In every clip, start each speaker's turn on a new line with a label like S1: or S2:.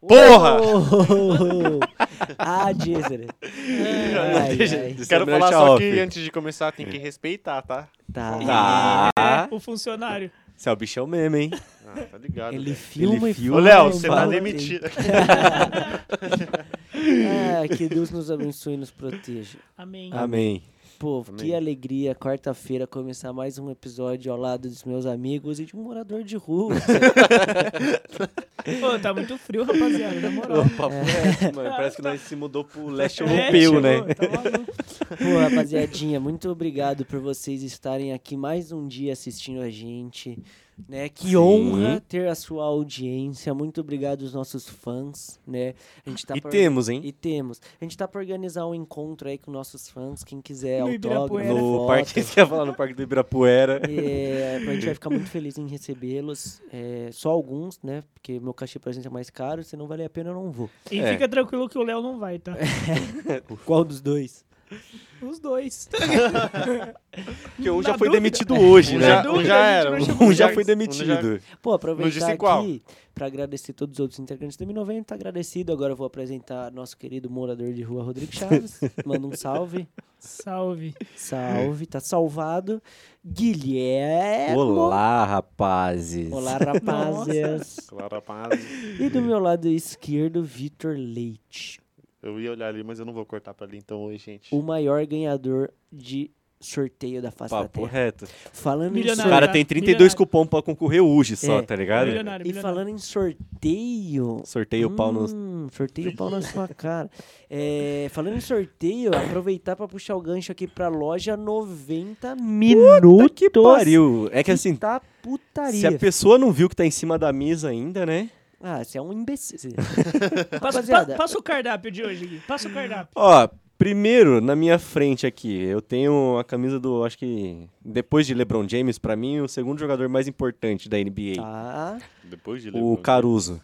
S1: Porra!
S2: Uou! ah, Deezer. Ai, ai.
S3: Quero
S1: Semelhante
S3: falar
S1: a
S3: só
S1: off.
S3: que antes de começar tem que respeitar, tá?
S2: Tá.
S1: Tá. Ah.
S4: É, o funcionário.
S1: Você é o bichão mesmo, hein?
S3: Ah, tá ligado.
S2: Ele
S3: velho.
S2: filma
S1: Ele
S2: e
S1: filma.
S3: Ô,
S2: fala,
S3: Léo,
S2: eu
S3: você tá
S2: falo,
S3: demitido.
S2: tem. Ah, que Deus nos abençoe e nos proteja.
S4: Amém.
S1: Amém.
S2: Pô,
S3: Amém.
S2: que alegria, quarta-feira, começar mais um episódio ao lado dos meus amigos e de um morador de rua.
S4: Pô, tá muito frio, rapaziada, na moral.
S1: Papo reto, mano. Parece que nós se mudou pro leste
S4: É,
S1: europeu,
S4: chegou,
S1: né?
S4: tá maluco.
S2: Pô, rapaziadinha, muito obrigado por vocês estarem aqui mais um dia assistindo a gente. Né? Que
S1: Sim.
S2: honra ter a sua audiência. Muito obrigado aos nossos fãs, né? A gente tá
S1: E
S2: pra-
S1: temos, hein?
S2: E temos. A gente tá pra organizar um encontro aí com nossos fãs, quem quiser
S4: No
S2: autógrafo,
S4: Ibirapuera.
S1: No
S2: foto.
S1: parque, você ia falar no parque do Ibirapuera.
S2: É, a gente vai ficar muito feliz em recebê-los. É, só alguns, né? Porque meu cachê presente é mais caro. Se não valer a pena, eu não vou.
S4: E
S1: É.
S4: fica tranquilo que o Léo não vai, tá?
S2: Qual dos dois?
S4: Os dois.
S1: Porque um
S4: Na
S1: já foi
S4: dúvida.
S1: demitido hoje,
S3: Um
S1: né?
S3: já-
S4: Na
S3: um
S4: dúvida,
S3: já
S4: a gente
S3: era,
S4: vai
S3: um
S4: chamar
S1: Um
S4: os
S1: já
S4: dois.
S1: foi
S3: Um
S1: demitido.
S2: Pô,
S3: disse
S1: é
S2: aproveitar
S3: qual.
S2: aqui para agradecer todos os outros integrantes do M90. Tá agradecido. Agora eu vou apresentar nosso querido morador de rua, Rodrigo Chaves. Manda um salve.
S4: Salve.
S2: Salve, tá salvado.
S1: É,
S2: Guilherme.
S1: Olá, rapazes.
S2: Olá, rapazes.
S3: Claro, rapaz.
S2: E do meu lado esquerdo, Vitor Leite.
S3: Eu ia olhar ali, mas eu não vou cortar pra ali então hoje, gente.
S2: O maior ganhador de sorteio da face da
S1: Papo
S2: Terra.
S1: reto.
S2: Falando em
S1: O
S4: Milionário.
S1: cara tem 32
S4: Milionário.
S1: cupom pra concorrer hoje só,
S2: É.
S1: tá ligado?
S4: Milionário,
S2: E
S4: milionário.
S2: falando em sorteio.
S1: Sorteio o pau nos.
S2: Hum, sorteio o pau na sua cara. É, falando em sorteio, aproveitar pra puxar o gancho aqui pra loja 90 minutos.
S1: que pariu! É que assim,
S2: Tá
S1: se
S2: putaria.
S1: a pessoa não viu que tá em cima da mesa ainda, né?
S2: Ah, você é um imbecil.
S4: Passa,
S2: Rapaziada.
S4: pa- passa o cardápio de hoje, Gui. Passa o cardápio.
S1: Ó, primeiro, na minha frente aqui, eu tenho a camisa do, acho que, depois de LeBron James, pra mim, o segundo jogador mais importante da NBA.
S2: Tá.
S3: Depois de
S1: O
S3: LeBron
S1: Caruso.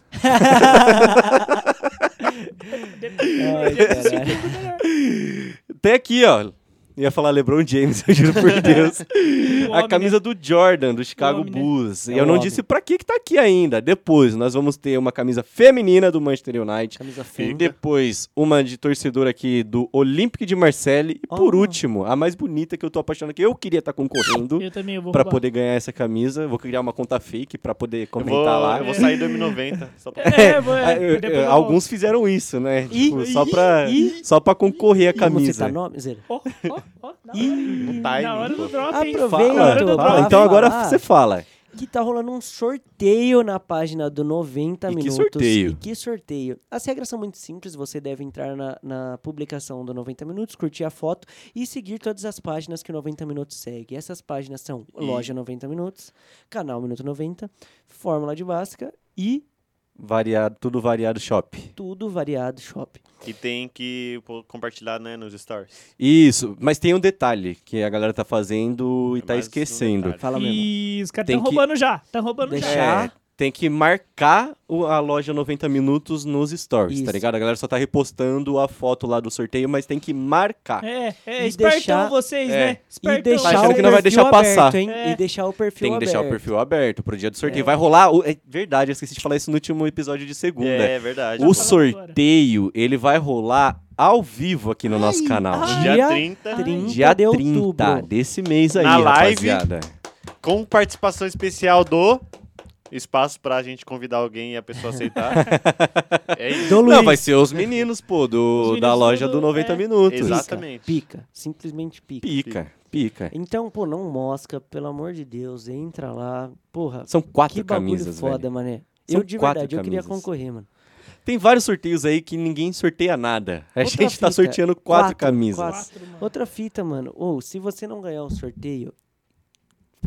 S1: É,
S2: Ai, caralho.
S1: Até aqui, ó. Ia falar LeBron James, eu juro por Deus.
S4: O homem, né?
S1: a camisa do Jordan, do Chicago
S4: homem, né?
S1: Bulls.
S2: É
S1: E eu
S2: o
S1: não
S2: homem.
S1: disse pra que que tá aqui ainda. Depois, nós vamos ter uma camisa feminina do Manchester United.
S2: Camisa
S1: E
S2: feia.
S1: depois, uma de torcedora aqui do Olympique de Marseille. E por
S2: Oh.
S1: último, a mais bonita que eu tô apaixonado, que eu queria estar concorrendo
S4: né? Eu também eu vou
S1: pra
S4: roubar.
S1: poder ganhar essa camisa. Vou criar uma conta fake pra poder
S3: Eu
S1: comentar
S3: vou, É,
S1: lá.
S3: eu vou sair do M90. Só pra...
S4: É, vou,
S1: Ah,
S4: é.
S1: eu- eu-
S4: Depois eu
S1: alguns fizeram isso, né?
S2: Ih,
S1: Tipo, só,
S2: ih,
S1: pra,
S2: ih.
S1: só pra concorrer a
S2: Você
S1: camisa.
S2: tá nome, Zera?
S4: volto. Ó, ó, ó, na hora.
S3: No
S4: Na hora do
S3: timing. pô.
S4: drop, hein?
S2: Aproveita,
S4: Na hora
S1: tá Fala,
S4: do
S2: Fernando,
S1: fala.
S4: drop.
S2: vai
S1: Então agora
S2: falar.
S1: você fala.
S2: que tá rolando um sorteio na página do 90
S1: E que
S2: Minutos.
S1: sorteio?
S2: E que sorteio? As regras são muito simples, você deve entrar na, na publicação do 90 Minutos, curtir a foto e seguir todas as páginas que o 90 Minutos segue. Essas páginas são Loja 90 Minutos, Canal Minuto 90, Fórmula de Vasca e
S1: Variado, tudo variado shop.
S2: Tudo Variado Shop.
S3: E tem que pô, compartilhar, né, nos stories.
S1: Isso, mas tem um detalhe que a galera tá fazendo e
S3: É
S1: tá
S3: mais um
S1: esquecendo.
S3: detalhe.
S2: Fala mesmo.
S4: Ih, os caras
S1: Tem
S4: estão
S1: que-
S4: roubando já. Estão roubando
S2: Deixa-
S4: já.
S2: Fechar.
S1: É, tem que marcar o- a loja 90 minutos nos stories, tá
S2: Isso.
S1: ligado? A galera só tá repostando a foto lá do sorteio, mas tem que marcar.
S4: É, é,
S2: E
S4: espertão
S2: deixar-
S4: vocês,
S1: é.
S4: né?
S2: E
S4: Espertão.
S2: deixar
S1: Tá achando
S2: o
S1: que não vai
S2: perfil
S1: deixar passar.
S2: aberto, hein?
S4: É.
S2: E deixar o perfil
S1: Tem que deixar o
S2: aberto.
S1: perfil aberto pro dia do sorteio. Vai rolar. o- é verdade, eu esqueci de falar isso no último episódio de segunda.
S3: É, é verdade.
S1: o
S4: falamos
S1: sorteio, ele vai rolar ao vivo aqui no nosso canal.
S2: ai.
S3: Dia
S2: Dia-
S3: 30,
S2: Ai. 30
S1: Dia
S2: de
S1: 30
S2: outubro.
S1: desse mês aí,
S3: Na live.
S1: rapaziada.
S3: com participação especial do... Espaço pra gente convidar alguém e a pessoa aceitar. é isso.
S2: Do Luiz,
S1: Não, vai ser os meninos, pô, do,
S4: Os
S1: da
S4: meninos
S1: loja
S4: do-
S1: do 90
S4: é.
S1: Minutos.
S3: Exatamente.
S2: pica, simplesmente pica.
S1: Pica, pica.
S2: Então, pô, não mosca, pelo amor de Deus, entra lá. Porra,
S1: São quatro
S2: que bagulho
S1: camisas,
S2: foda,
S1: velho.
S2: mané.
S1: São
S2: eu de
S1: quatro
S2: verdade, eu queria
S1: camisas.
S2: concorrer, mano.
S1: Tem vários sorteios aí que ninguém sorteia nada. A
S2: Outra
S1: gente tá
S2: fita.
S1: sorteando quatro,
S2: Quatro,
S1: camisas.
S2: quatro.
S4: Quatro, mano.
S2: Outra fita, mano. Ou, se você não ganhar o sorteio,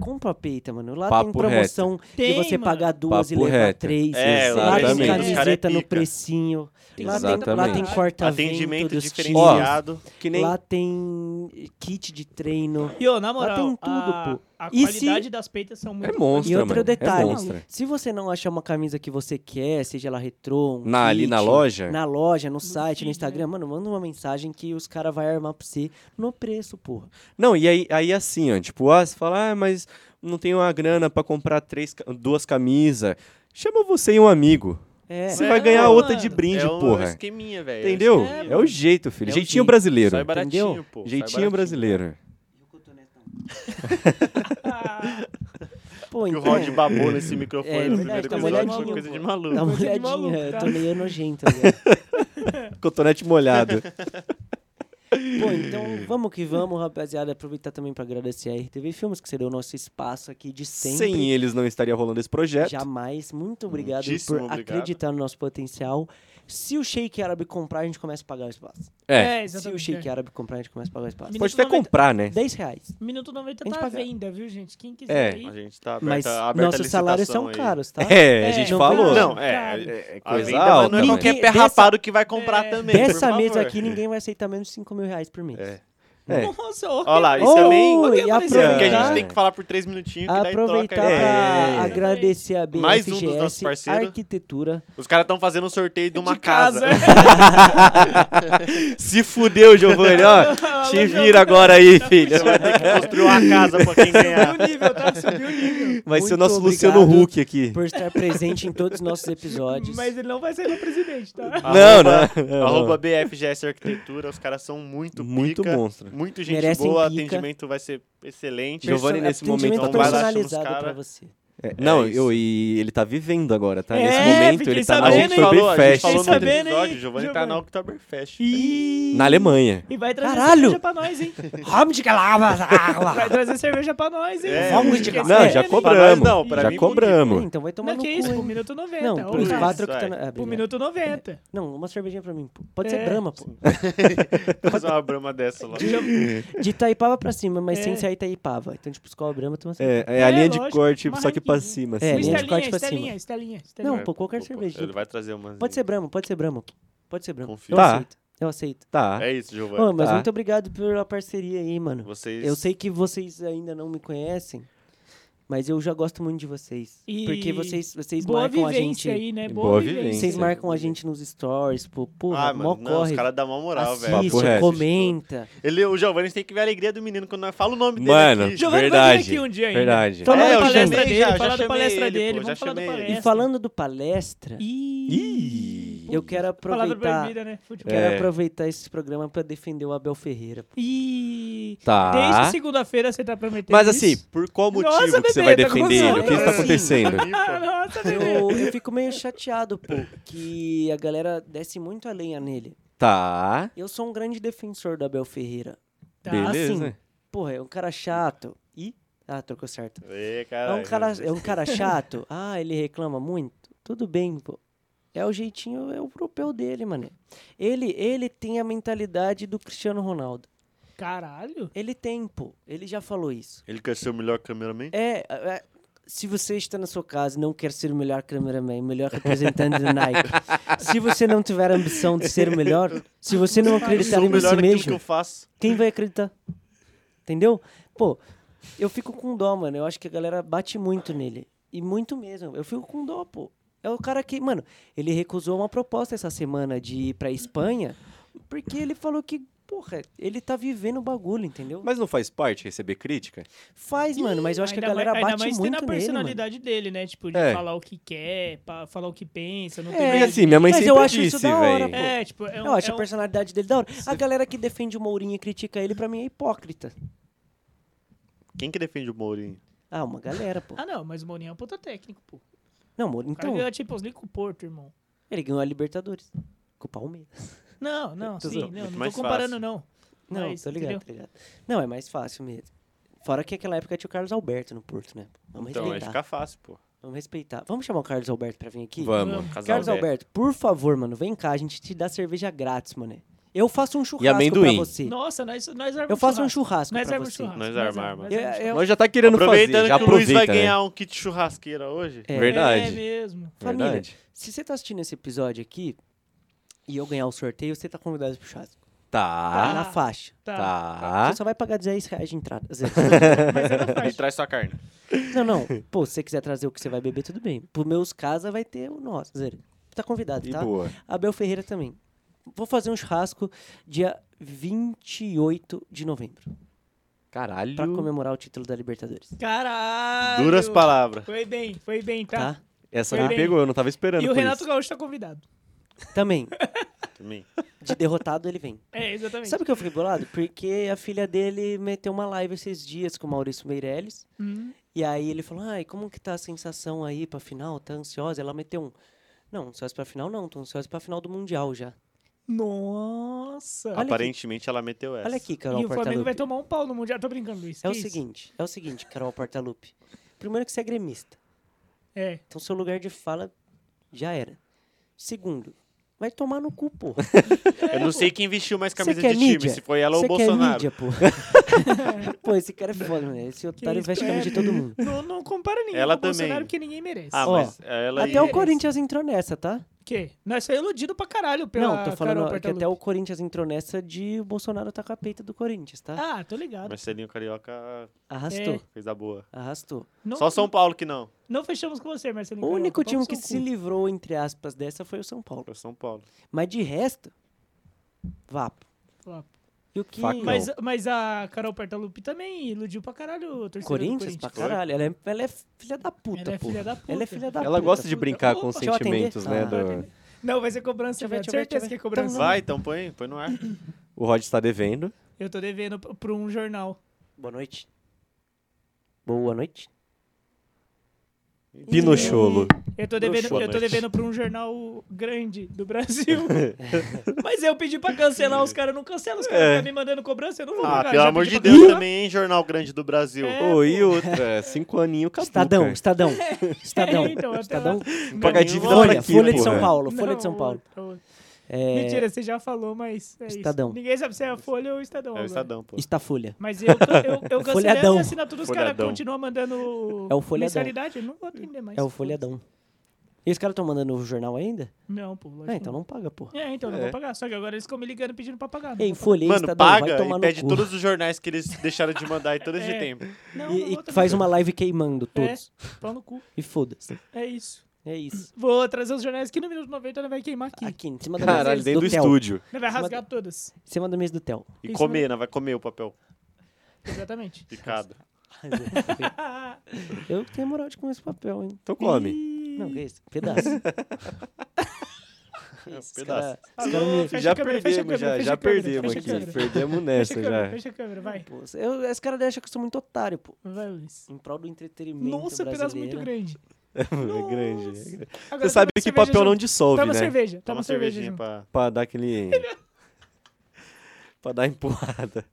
S2: compra a peita, mano. Lá
S1: Papo
S2: tem promoção de
S4: Tem,
S2: você
S4: mano.
S2: pagar duas
S1: Papo
S2: e levar
S1: reto.
S2: três.
S3: É,
S2: lá tem
S4: exatamente. Os
S3: cara é
S2: camiseta no
S3: pica.
S2: precinho. Lá tem, lá
S1: Exatamente.
S2: tem corta-vento
S3: Atendimento
S2: dos
S3: diferenciado.
S1: Que
S2: times,
S1: nem
S2: Lá tem kit de treino.
S4: E, ô, na moral,
S2: tem tudo,
S4: a,
S2: pô.
S4: a
S2: E se-
S4: qualidade das peitas são muito...
S1: É monstro,
S2: E outro
S1: mano.
S2: detalhe.
S1: É monstro.
S2: Se você não achar uma camisa que você quer, seja ela retrô, um
S1: Na, ali
S2: kit,
S1: na
S3: É.
S1: loja,
S2: Na loja, no, site,
S4: feed,
S2: no
S4: né?
S2: Instagram, mano, manda uma mensagem que os caras vão armar pra você no preço, porra.
S1: Não, e aí, aí assim, ó, tipo, ah, você fala, ah, mas não tenho a grana pra comprar três, ca- duas camisas. Chama você e um amigo.
S2: É.
S1: Você
S3: É,
S1: vai ganhar
S3: mano,
S1: outra de brinde,
S3: é um
S1: porra.
S3: esqueminha, velho.
S1: Entendeu?
S3: É,
S1: É o jeito, filho.
S3: É o
S1: Jeitinho
S3: jeito.
S1: brasileiro.
S3: Sai baratinho,
S1: entendeu?
S3: pô, sai
S1: Jeitinho
S3: baratinho.
S1: brasileiro.
S4: Ah,
S2: Pô,
S3: Que o
S2: então...
S3: Rod babou nesse microfone
S2: É
S3: no
S2: verdade,
S3: primeiro
S2: tá
S3: episódio,
S2: molhadinho, Tá
S3: foi coisa de
S4: pô.
S3: maluco.
S2: Dá uma
S4: Coisa de
S2: olhadinha,
S4: maluco,
S2: eu tô
S4: tá?
S2: meio nojento. né? agora.
S1: Cotonete molhado.
S2: Pô, então vamos que vamos, rapaziada. Aproveitar também pra agradecer a RTV Filmes, que você deu o nosso espaço aqui de sempre.
S1: Sem eles não estaria rolando esse projeto.
S2: Jamais. Muito obrigado
S3: é. Muitíssimo
S2: por
S3: obrigado.
S2: acreditar no nosso potencial. Se o Sheik Árabe comprar, a gente começa a pagar o espaço.
S1: É.
S4: é,
S2: Se o
S4: exatamente.
S2: Sheik Árabe comprar, a gente começa a pagar o espaço.
S4: Minuto
S1: Pode até
S4: 90.
S1: comprar, né?
S2: 10 reais.
S4: Minuto 90
S2: A gente
S4: tá à
S2: paga.
S4: venda, viu, gente? Quem quiser
S1: É.
S4: aí.
S3: A gente tá aberta,
S2: Mas
S3: aberta a
S2: nossos salários
S3: licitação
S2: são
S3: aí.
S2: caros, tá?
S1: É, a
S4: É,
S1: gente
S2: não
S1: falou.
S2: tem-
S3: Não,
S4: Cara,
S3: é, é
S1: a
S3: coisa
S1: venda,
S3: alta,
S1: mas
S3: não é
S1: ninguém-
S3: qualquer pé
S2: dessa-
S3: rapado que vai comprar
S4: É.
S3: também, por
S2: Dessa
S3: favor.
S2: mesa aqui, ninguém vai aceitar menos de 5 mil reais por mês.
S3: É.
S1: É.
S4: Nossa, ó.
S3: Olha lá, isso
S2: Oh,
S3: também...
S2: e
S3: Isso é porque a gente
S1: aproveitar-
S3: tem que falar por três minutinhos, que daí
S2: Aproveitar
S3: troca. aí.
S1: É.
S2: pra agradecer a BFGS,
S3: Mais um dos nossos parceiros.
S2: Arquitetura.
S3: Os caras estão fazendo um sorteio de uma
S4: De
S3: casa.
S4: casa.
S1: Se fudeu, Giovanni, ó. Te vira agora aí, filho.
S3: Você vai ter que construir uma casa pra quem ganhar.
S4: Subiu o nível, tá? Subiu o nível.
S1: Vai ser o
S2: Muito
S1: nosso
S2: obrigado
S1: Luciano Huck aqui.
S2: Por estar presente em todos os nossos episódios.
S4: Mas é ele não vai sair no presidente, tá?
S1: Não,
S3: Arroba-
S1: não, não.
S3: Arroba BFGS Arquitetura, os caras são muito
S1: Muito
S3: pica,
S1: monstro.
S3: Muito gente
S2: Merecem
S3: boa,
S2: pica.
S3: atendimento vai ser excelente.
S1: Perso- Giovanni, nesse
S2: atendimento
S1: momento,
S3: vai lá,
S2: personalizado
S3: chama os
S2: pra
S3: cara.
S2: você.
S1: É, não,
S3: isso.
S1: eu, e ele tá vivendo agora, tá?
S4: É,
S1: Nesse momento
S4: fiquei
S1: ele tá
S3: a
S1: na
S4: sabendo,
S3: gente
S4: hein?
S1: Oktoberfest
S3: falou, a gente falou
S4: Fiquei
S3: no outro
S4: sabendo, hein,
S3: episódio, o Giovanni tá
S4: Giovanni.
S3: na Oktoberfest.
S4: E...
S1: na Alemanha.
S4: E vai trazer
S2: Caralho!
S4: cerveja pra nós, hein?
S2: Ramo de calabas, água.
S4: Vai trazer cerveja pra nós, hein?
S3: É.
S2: Vamos de
S4: Esquece
S2: graça.
S1: Não, já
S4: ele.
S3: Pra
S1: cobramos.
S3: nós não, pra
S1: já
S3: mim,
S1: cobramos.
S2: Então vai tomar
S4: Não,
S2: no
S4: que é
S2: cu,
S4: isso, pro
S2: hein?
S4: minuto 90.
S2: Não,
S4: ô,
S2: pros
S4: cara.
S2: quatro É, que
S3: vai.
S2: tá na... Ah,
S4: Pro
S2: obrigado.
S4: minuto 90.
S2: Não, uma cervejinha pra mim. pô. Pode ser
S4: É.
S2: Brahma, pô.
S3: Fazer uma brama dessa lá.
S2: De Itaipava pra cima, mas
S4: É.
S2: sem sair Itaipava. Então, tipo, escola Brahma, toma cerveja.
S1: É, é a
S4: É,
S1: linha de
S4: lógico,
S1: corte,
S4: uma
S1: só que pra
S4: ranquinha.
S1: cima,
S2: É,
S1: assim.
S2: linha de corte
S4: Estelinha,
S2: pra
S4: estelinha, estelinha, estelinha.
S2: Não,
S3: É,
S2: pô, qualquer
S3: pô, pô,
S2: cerveja.
S3: Ele vai trazer umas...
S2: Pode ser Brahma, pode ser Brahma. Pode ser Brahma.
S3: Confio.
S2: Eu
S1: Tá.
S2: aceito. Eu aceito.
S1: Tá.
S3: É isso,
S2: Ô,
S3: Giovanni.
S2: mas
S1: Tá.
S2: muito obrigado pela parceria aí, mano.
S3: Vocês...
S2: Eu sei que vocês ainda não me conhecem, mas eu já gosto muito de vocês.
S4: E-
S2: Porque vocês, vocês
S4: Boa
S2: marcam a
S4: vivência
S2: gente.
S4: aí, né? Boa,
S1: Boa
S4: vivência.
S1: vivência.
S2: Vocês marcam a gente nos stories, pô, porra,
S3: Ah,
S2: mó
S3: mano, não, os
S2: corre.
S3: caras dão uma moral,
S1: Papo
S2: Assiste,
S1: reto.
S3: velho.
S2: comenta.
S3: Ele, o Giovanni tem que ver a alegria do menino quando nós fala o nome
S1: Mano,
S3: dele aqui.
S4: Giovanni vai vir
S1: verdade.
S4: aqui um dia ainda.
S1: Verdade.
S2: Fala
S3: É,
S2: da
S3: eu
S2: palestra
S3: chamei
S4: dele,
S3: já, já
S4: fala da
S3: chamei
S4: palestra
S3: ele,
S4: dele,
S3: pô,
S4: vamos
S3: já
S4: falar da
S3: chamei ele.
S2: E
S4: palestra.
S2: falando do palestra,
S1: Ih.
S2: eu quero
S4: Palavra
S2: aproveitar,
S4: proibida, né? Futebol.
S2: quero
S1: É.
S2: aproveitar esse programa pra defender o Abel Ferreira.
S4: E...
S1: Tá.
S3: Ah.
S4: Desde segunda-feira você tá prometendo
S1: Mas assim,
S4: isso?
S1: por qual motivo
S4: Nossa,
S1: que você
S4: bebê,
S1: vai
S4: tá
S1: defender ele? O que
S2: começando.
S3: assim.
S1: está acontecendo?
S4: Ah, nossa, bebê.
S2: Eu, eu fico meio chateado, pô, que a galera desce muito a lenha nele.
S1: Tá.
S2: Eu sou um grande defensor do Abel Ferreira.
S4: Tá,
S1: Beleza.
S2: assim, Porra, é um cara chato. E ah, trocou certo. É
S3: É,
S2: um
S3: caralho.
S2: cara, é um cara chato. Ah, ele reclama muito. Tudo bem, pô. É o jeitinho, é o propel dele, mano. Ele, ele tem a mentalidade do Cristiano Ronaldo.
S4: Caralho.
S2: Ele tem, pô. Ele já falou isso.
S3: Ele quer ser o melhor cameraman?
S2: É, é, se você está na sua casa e não quer ser o melhor cameraman, o melhor representante do Nike, se você não tiver a ambição de ser o melhor, se você não
S3: Eu
S2: acreditar
S3: sou o
S2: em
S3: melhor
S2: si
S3: naquilo que
S2: tá mesmo,
S3: eu faço.
S2: quem vai acreditar? Entendeu? Pô, eu fico com dó, mano. Eu acho que a galera bate muito nele. E muito mesmo. Eu fico com dó, pô. É o cara que, mano, ele recusou uma proposta essa semana de ir pra Espanha, porque ele falou que, porra, ele tá vivendo o bagulho, entendeu?
S1: Mas não faz parte receber crítica?
S2: Faz, mano, mas eu acho que a
S4: Ainda
S2: galera
S4: mais- ainda
S2: bate
S4: mais
S2: muito
S4: tendo a
S2: nele, mano.
S4: personalidade dele, né? Tipo, de
S1: É.
S4: falar o que quer, pa- falar o que pensa, não
S2: É,
S4: tem
S1: E
S4: medo
S1: assim, minha mãe
S2: Mas eu
S1: sempre
S2: acho isso
S1: disse,
S2: da hora,
S1: velho.
S2: pô.
S4: É, tipo, é um,
S2: Eu acho
S4: é
S2: a
S4: um-
S2: personalidade dele da hora. A galera que defende o Mourinho e critica ele, pra mim, é hipócrita.
S3: Quem que defende o Mourinho?
S2: Ah, uma galera, pô.
S4: Ah, não, mas o Mourinho é um puta técnico, pô. O
S2: Não, Mourinho,
S4: cara tipo,
S2: então,
S4: ganhou a Champions League com o Porto, irmão.
S2: ele ganhou a Libertadores. Com o Palmeiras.
S4: Não, não,
S2: Tô
S4: sim,
S2: zoando.
S4: não,
S3: Muito
S4: não tô
S3: mais
S4: comparando,
S3: fácil.
S4: não.
S2: Não,
S4: Mas,
S2: tô ligado,
S4: entendeu?
S2: tô ligado. Não, é mais fácil mesmo. Fora que aquela época tinha o Carlos Alberto no Porto, né? Vamos
S3: Então, aí
S2: respeitar.
S3: fica fácil, pô.
S2: Vamos respeitar. Vamos chamar o Carlos Alberto pra vir aqui?
S1: Vamos.
S4: Vamos.
S3: Casal
S2: Carlos
S3: Zé.
S2: Alberto, por favor, mano, vem cá, a gente te dá cerveja grátis, mano. Eu faço um churrasco
S1: amendoim.
S2: pra você.
S4: Nossa, nós, nós
S2: Eu faço um churrasco
S4: Nós
S2: pra
S4: armamos
S2: você.
S4: churrasco.
S3: Nós
S4: nós
S3: armamos.
S4: armamos, nós
S2: Eu-
S4: armamos
S2: eu-
S1: Nós já tá querendo
S3: Aproveitando
S1: fazer, já
S3: que o Luiz
S1: aproveita,
S3: vai
S1: né?
S3: ganhar um kit churrasqueira hoje.
S2: É.
S4: É
S1: Verdade.
S4: mesmo.
S2: Família,
S1: Verdade.
S2: se você tá assistindo esse episódio aqui e eu ganhar o sorteio, você tá convidado pro churrasco.
S1: Tá.
S2: Na faixa.
S4: Tá.
S1: Tá.
S2: Você só vai pagar 10 reais de entrada.
S4: Mas eu não
S3: E
S4: faço.
S3: traz sua carne.
S2: não, não. Pô, se você quiser trazer o que você vai beber, tudo bem. Pro meus casa vai ter o nosso. Zero. Tá convidado,
S1: E
S2: tá?
S1: boa.
S2: Abel Ferreira também. Vou fazer um churrasco dia 28 de novembro.
S1: Caralho.
S2: Pra comemorar o título da Libertadores.
S4: Caralho.
S3: Duras palavras.
S4: Foi bem, foi bem, tá?
S2: Tá?
S1: Essa
S4: Foi
S1: me
S4: bem.
S1: pegou, eu não tava esperando.
S4: E o
S1: por
S4: Renato
S1: isso.
S4: Gaúcho tá convidado.
S2: Também.
S3: Também.
S2: De derrotado ele vem.
S4: É, exatamente.
S2: Sabe o que eu fiquei bolado? Porque a filha dele meteu uma live esses dias com o Maurício Meirelles.
S4: Hum.
S2: E aí ele falou, ai, como que tá a sensação aí pra final? Tá ansiosa? Ela meteu um... Não, ansiosa pra final não, tô ansiosa pra final do Mundial já.
S4: Nossa.
S2: Olha aqui.
S3: Aparentemente ela meteu essa.
S2: Olha aqui, Carol
S4: E o Flamengo vai
S2: Portalupi.
S4: tomar um pau no Mundial. Tô brincando, Luiz.
S2: É o
S4: que isso?
S2: seguinte, é o seguinte, Carol Portalupi. Primeiro que você é gremista.
S4: É.
S2: Então seu lugar de fala já era. Segundo, vai tomar no cu, pô.
S3: Eu
S4: É,
S3: não sei quem vestiu mais camisa
S2: quer
S3: de time,
S2: mídia?
S3: se foi ela ou
S2: Você
S3: o Bolsonaro.
S2: quer mídia, pô. pô, esse cara é foda, mano. Esse otário
S4: isso,
S2: veste a camisa de
S4: é.
S2: todo mundo.
S4: Não, não compara ninguém
S3: Ela
S4: com o Bolsonaro
S3: também.
S4: porque ninguém merece.
S3: Ah,
S2: Ó,
S3: mas ela
S2: Até
S3: ia-
S2: o Corinthians entrou nessa, tá?
S4: O quê? Nós foi iludido pra caralho pela
S2: Não, tô
S4: Carol
S2: falando é que até o
S4: Portalupi.
S2: Corinthians entrou nessa de o Bolsonaro tá com a peita do Corinthians, tá?
S4: Ah, tô ligado.
S3: Marcelinho Carioca
S2: Arrastou,
S4: é.
S3: fez a boa.
S2: arrastou.
S4: Não,
S3: Só São um Paulo que não.
S4: não fechamos com você, Marcelinho.
S2: O
S4: Carioca. Pau
S2: único
S4: no
S2: time que
S4: seu
S2: se
S4: cu.
S2: livrou, entre aspas, dessa foi o São Paulo.
S3: Foi São Paulo.
S2: Mas de resto, vapo.
S4: Flop.
S2: E o que...
S1: Facão.
S4: Mas, mas a Carol Portalupi também iludiu pra caralho o torcedor
S2: Corinthians,
S4: do
S2: pra
S4: Corinthians.
S3: Foi.
S2: caralho. Ela é, ela é filha da puta,
S4: Ela é
S2: pô.
S4: filha da puta.
S2: Ela é filha da puta.
S1: Ela gosta de
S4: puta.
S1: brincar com
S4: Opa.
S1: os
S2: Deixa eu atender.
S1: sentimentos, né?
S2: Ah.
S1: do-
S4: Não, vai ser cobrança,
S2: Deixa eu ver,
S4: velho.
S2: deixa eu ver,
S4: Certeza que
S2: deixa
S4: é
S2: eu ver.
S4: cobrança.
S3: Vai, então põe, põe no ar.
S1: O Rod está devendo.
S4: Eu tô devendo p- pra um jornal.
S2: Boa noite. Boa noite.
S1: Pinocholo.
S4: Eu tô devendo,
S3: Boa
S4: eu tô
S3: noite.
S4: devendo pra um jornal grande do Brasil. Mas eu pedi pra cancelar, os caras não cancelam, os caras
S1: É.
S4: ficam me mandando cobrança, eu não vou
S3: Ah,
S4: brigar,
S3: pelo
S4: já
S3: amor
S4: pedi
S3: de
S4: pra
S3: Deus
S4: cancelar.
S3: também, hein, Jornal Grande do Brasil.
S4: É.
S1: Ô, e outra, cinco aninho, acabou,
S2: Estadão,
S1: cara.
S2: Estadão. Estadão.
S4: É, então, até
S2: Estadão.
S4: lá.
S1: Pagar dívida
S3: Olha,
S1: pra quê,
S2: Folha, Folha de
S1: porra?
S2: São Paulo. Folha
S4: Não,
S2: de São Paulo.
S4: outra, outra.
S2: É,
S4: Mentira, você já falou, mas é isso.
S2: Estadão.
S4: Ninguém sabe se é a Folha ou o Estadão.
S3: É o
S4: agora.
S3: Estadão, pô.
S2: Está Folha. É
S4: Mas eu, eu, eu cancelei a
S2: Folhadão.
S4: minha assinatura, os caras
S3: Folhadão.
S4: continuam mandando
S2: É o folhadão.
S4: mensalidade, eu não vou atender mais.
S2: É o Folhadão. E os caras estão mandando o jornal ainda?
S4: Não, pô. lógico
S2: Ah,
S4: que
S2: então não paga, pô.
S4: É, então, eu não
S1: É.
S4: vou pagar. Só que agora eles ficam me ligando pedindo pra pagar. não
S2: Ei,
S4: vou pagar.
S2: Folha e
S3: Mano,
S2: é Estadão, vai
S3: paga
S2: tomar
S3: e
S2: no
S3: pede
S2: cu.
S3: todos os jornais que eles deixaram de mandar e todos
S4: É.
S3: de tempo.
S4: Não, não
S2: E,
S4: vou
S2: e faz
S4: também.
S2: uma live queimando todos.
S4: É, pau no cu.
S2: E foda-se.
S4: É isso.
S2: É isso.
S4: Vou trazer os jornais que no minuto 90 ela vai queimar aqui.
S2: Aqui, em cima da
S1: Caralho,
S2: mesa
S1: dentro do
S2: Tel.
S1: estúdio.
S4: Ela vai
S2: Mas-
S4: rasgar todas.
S2: Em cima da mesa do Tel.
S3: E
S4: Isso
S3: comer, né? Vai comer o papel
S4: Exatamente.
S3: picado.
S2: Eu tenho moral de comer esse papel, hein?
S1: Então come.
S2: Não, que isso? Pedaço.
S3: Um
S2: Os cara- os cara
S4: Alô,
S2: me-
S4: fecha
S1: já
S4: a câmera, fecha a câmera, fecha
S1: perdemos, já, já
S4: a câmera,
S1: perdemos
S4: fecha a
S1: aqui.
S4: câmera.
S1: Perdemos
S4: Fecha a
S1: nessa
S4: câmera,
S1: já.
S4: fecha a câmera, vai.
S2: Pô, eu- esse cara deixa que eu sou muito otário, pô.
S4: Vai, Luiz.
S2: Em prol do entretenimento
S4: Nossa,
S2: brasileiro.
S4: pedaço muito grande.
S1: É grande.
S4: Agora
S1: Você sabe
S4: toma uma
S1: que
S4: cerveja
S1: papel não
S4: junto.
S1: dissolve,
S4: Toma
S1: né?
S4: cerveja, é-
S3: Toma
S4: toma
S3: uma
S4: cerveja.
S3: cervejinha
S4: junto.
S3: pra...
S1: Pra dar aquele. pra dar empurrada.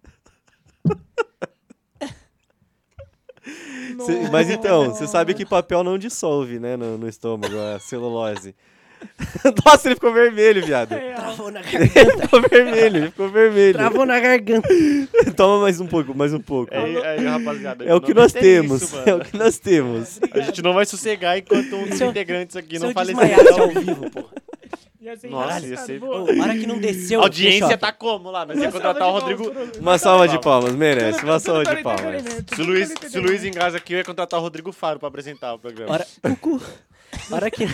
S1: Cê- mas então, você sabe que papel não dissolve, né? No, no estômago, a celulose. Nossa, ele ficou vermelho, viado.
S4: É, ó,
S2: Travou na garganta.
S1: Ele ficou vermelho, ele ficou vermelho.
S2: Travou na garganta.
S1: Toma mais um pouco, mais um pouco.
S3: É, é, rapaziada.
S1: É o que
S3: não
S1: nós
S3: tem
S1: temos.
S3: isso, mano.
S1: é o que nós temos.
S3: A gente não vai sossegar enquanto um dos
S2: Se eu-
S3: integrantes aqui
S2: Se
S3: não
S2: eu
S3: falecer.
S2: desmaiasse ao vivo, pô.
S4: já sei,
S3: Nossa,
S4: já sei, assim, cara,
S3: ia
S4: tá
S3: ser-
S4: boa.
S2: Ô, a hora que não desceu.
S3: A audiência
S2: deixa, ó.
S3: tá como lá? Nós
S4: Uma
S3: ia contratar o
S4: salva de
S3: Rodrigo.
S4: palmas pro Luiz.
S1: Uma salva de palmas, merece. Uma
S4: Tudo
S1: salva
S4: tá
S1: é de palmas.
S4: entendendo, tudo
S3: Se o
S4: tá
S3: Luiz,
S4: entendendo.
S3: se o Luiz em casa aqui, eu ia contratar o Rodrigo Faro pra apresentar o programa.
S2: Hora... Cucu. Hora que...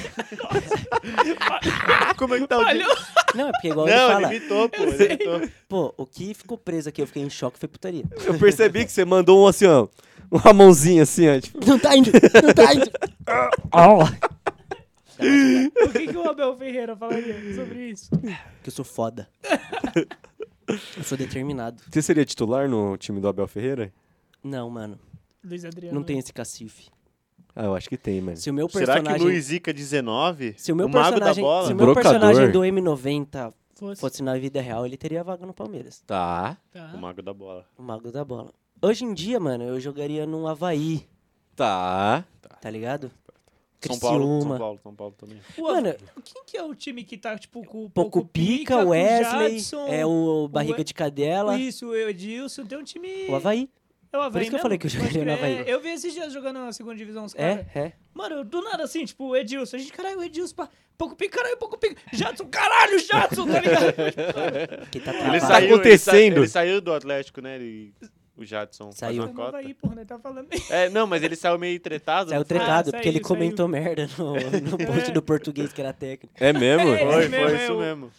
S3: Como é que tá o
S4: Olha,
S3: dia?
S2: Não, é porque igual ele
S3: Não,
S2: fala.
S3: ele imitou, pô. Ele imitou.
S2: Pô, o que ficou preso aqui, eu fiquei em choque, foi putaria.
S1: Eu percebi que você mandou um assim, ó. Uma mãozinha assim, ó. Tipo,
S2: Não tá indo, não tá indo. Aula.
S4: o que, que o Abel Ferreira falaria sobre isso?
S2: Que eu sou foda. Eu sou determinado.
S1: você seria titular no time do Abel Ferreira?
S2: Não, mano.
S4: Luiz Adriano.
S2: Não tem esse cacife.
S1: Ah, eu acho que tem, mano.
S2: Se o meu
S3: Será
S2: personagem...
S3: que Luiz Ica 19?
S2: Se o meu
S3: o mago da
S2: personagem,
S3: bola?
S2: se o meu
S1: Brocador.
S2: personagem do M90
S4: Fosse.
S2: fosse na vida real, ele teria vaga no Palmeiras.
S1: Tá.
S4: Tá.
S3: O mago da bola.
S2: O mago da bola. Hoje em dia, mano, eu jogaria num Havaí,
S1: Tá.
S2: tá ligado?
S3: São Paulo, São
S2: Criciúma.
S3: Paulo, São Paulo também.
S4: Pô,
S2: Mano,
S4: quem que é o time que tá, tipo, com o
S2: pouco pica, o
S4: com
S2: Wesley,
S4: Jadson,
S2: é o barriga
S4: E-
S2: de cadela,
S4: Isso, o Edilson, tem um time...
S2: o Havaí.
S4: É o Havaí
S2: Por isso que eu
S4: mesmo?
S2: falei que eu joguei
S4: Pode
S2: no
S4: crer.
S2: Havaí.
S4: É, Eu vi esses dias jogando na segunda divisão, os caras.
S2: É, é.
S4: Mano, eu, do nada assim, tipo, o Edilson. A gente, caralho, o Edilson, pá, pouco pica, caralho, pouco pica. Jadson, caralho, Jadson, tá ligado?
S2: Porque tá
S3: Ele
S1: tá
S2: travado.
S3: saiu,
S1: acontecendo?
S3: Ele, sa- ele saiu do Atlético, né? Ele, o Jadson. faz
S2: Saiu.
S3: uma
S4: Como
S3: cota.
S4: Havaí, porra, né? Tá falando
S3: É, não, mas ele saiu meio tretado.
S2: Saiu
S3: não foi?
S2: tretado,
S4: Ah,
S2: porque ele
S4: saiu,
S2: comentou merda no, no post do português que era técnico.
S1: É mesmo?
S4: É,
S3: Foi,
S4: Esse
S3: foi,
S4: mesmo, é
S3: isso
S4: o-
S3: mesmo.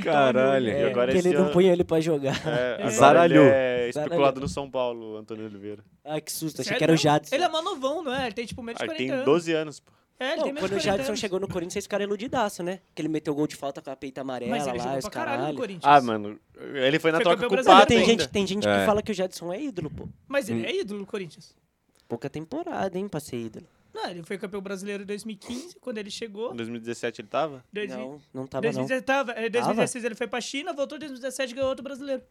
S1: Caralho.
S3: E agora
S2: que
S3: esse
S2: É, ele não
S3: ano-
S2: punha ele pra jogar.
S3: É, agora
S1: Zaralhou.
S3: ele é especulado
S2: Zaralhou.
S3: no São Paulo, Antônio Oliveira.
S2: Ai, Ah, que susto, achei
S4: Sério
S2: que era o
S4: mesmo? é
S2: Jadson.
S4: Ele é manovão, não é? Ele tem, tipo, menos de
S3: Aí
S4: 40
S3: Ah, tem
S4: anos.
S3: 12 anos, pô.
S4: É, ele
S2: Não,
S4: tem menos
S2: quando o
S4: de 40
S2: Jadson
S4: anos.
S2: chegou no Corinthians, esse cara é iludidaço, né? Que ele meteu gol de falta com a peita amarela
S4: Mas ele é
S2: lá,
S4: jogou
S2: os
S4: pra caralho no
S2: caralho.
S4: Corinthians.
S3: Ah, mano, ele foi na
S4: Foi
S3: troca
S4: campeão
S3: com o
S4: brasileiro
S2: Ah,
S3: Pato
S2: tem
S4: ainda.
S2: gente, tem gente que
S1: É.
S2: fala que o Jadson é ídolo, pô.
S4: Mas ele é ídolo do Corinthians.
S2: Pouca temporada, hein, pra ser ídolo.
S4: Não, ele foi campeão brasileiro em 2015, quando ele chegou.
S3: Em 2017 ele tava?
S4: Dois-
S2: Não, não tava não.
S4: 2017, tava, é, 2016 ele foi pra China, voltou em 2017 e ganhou outro brasileiro.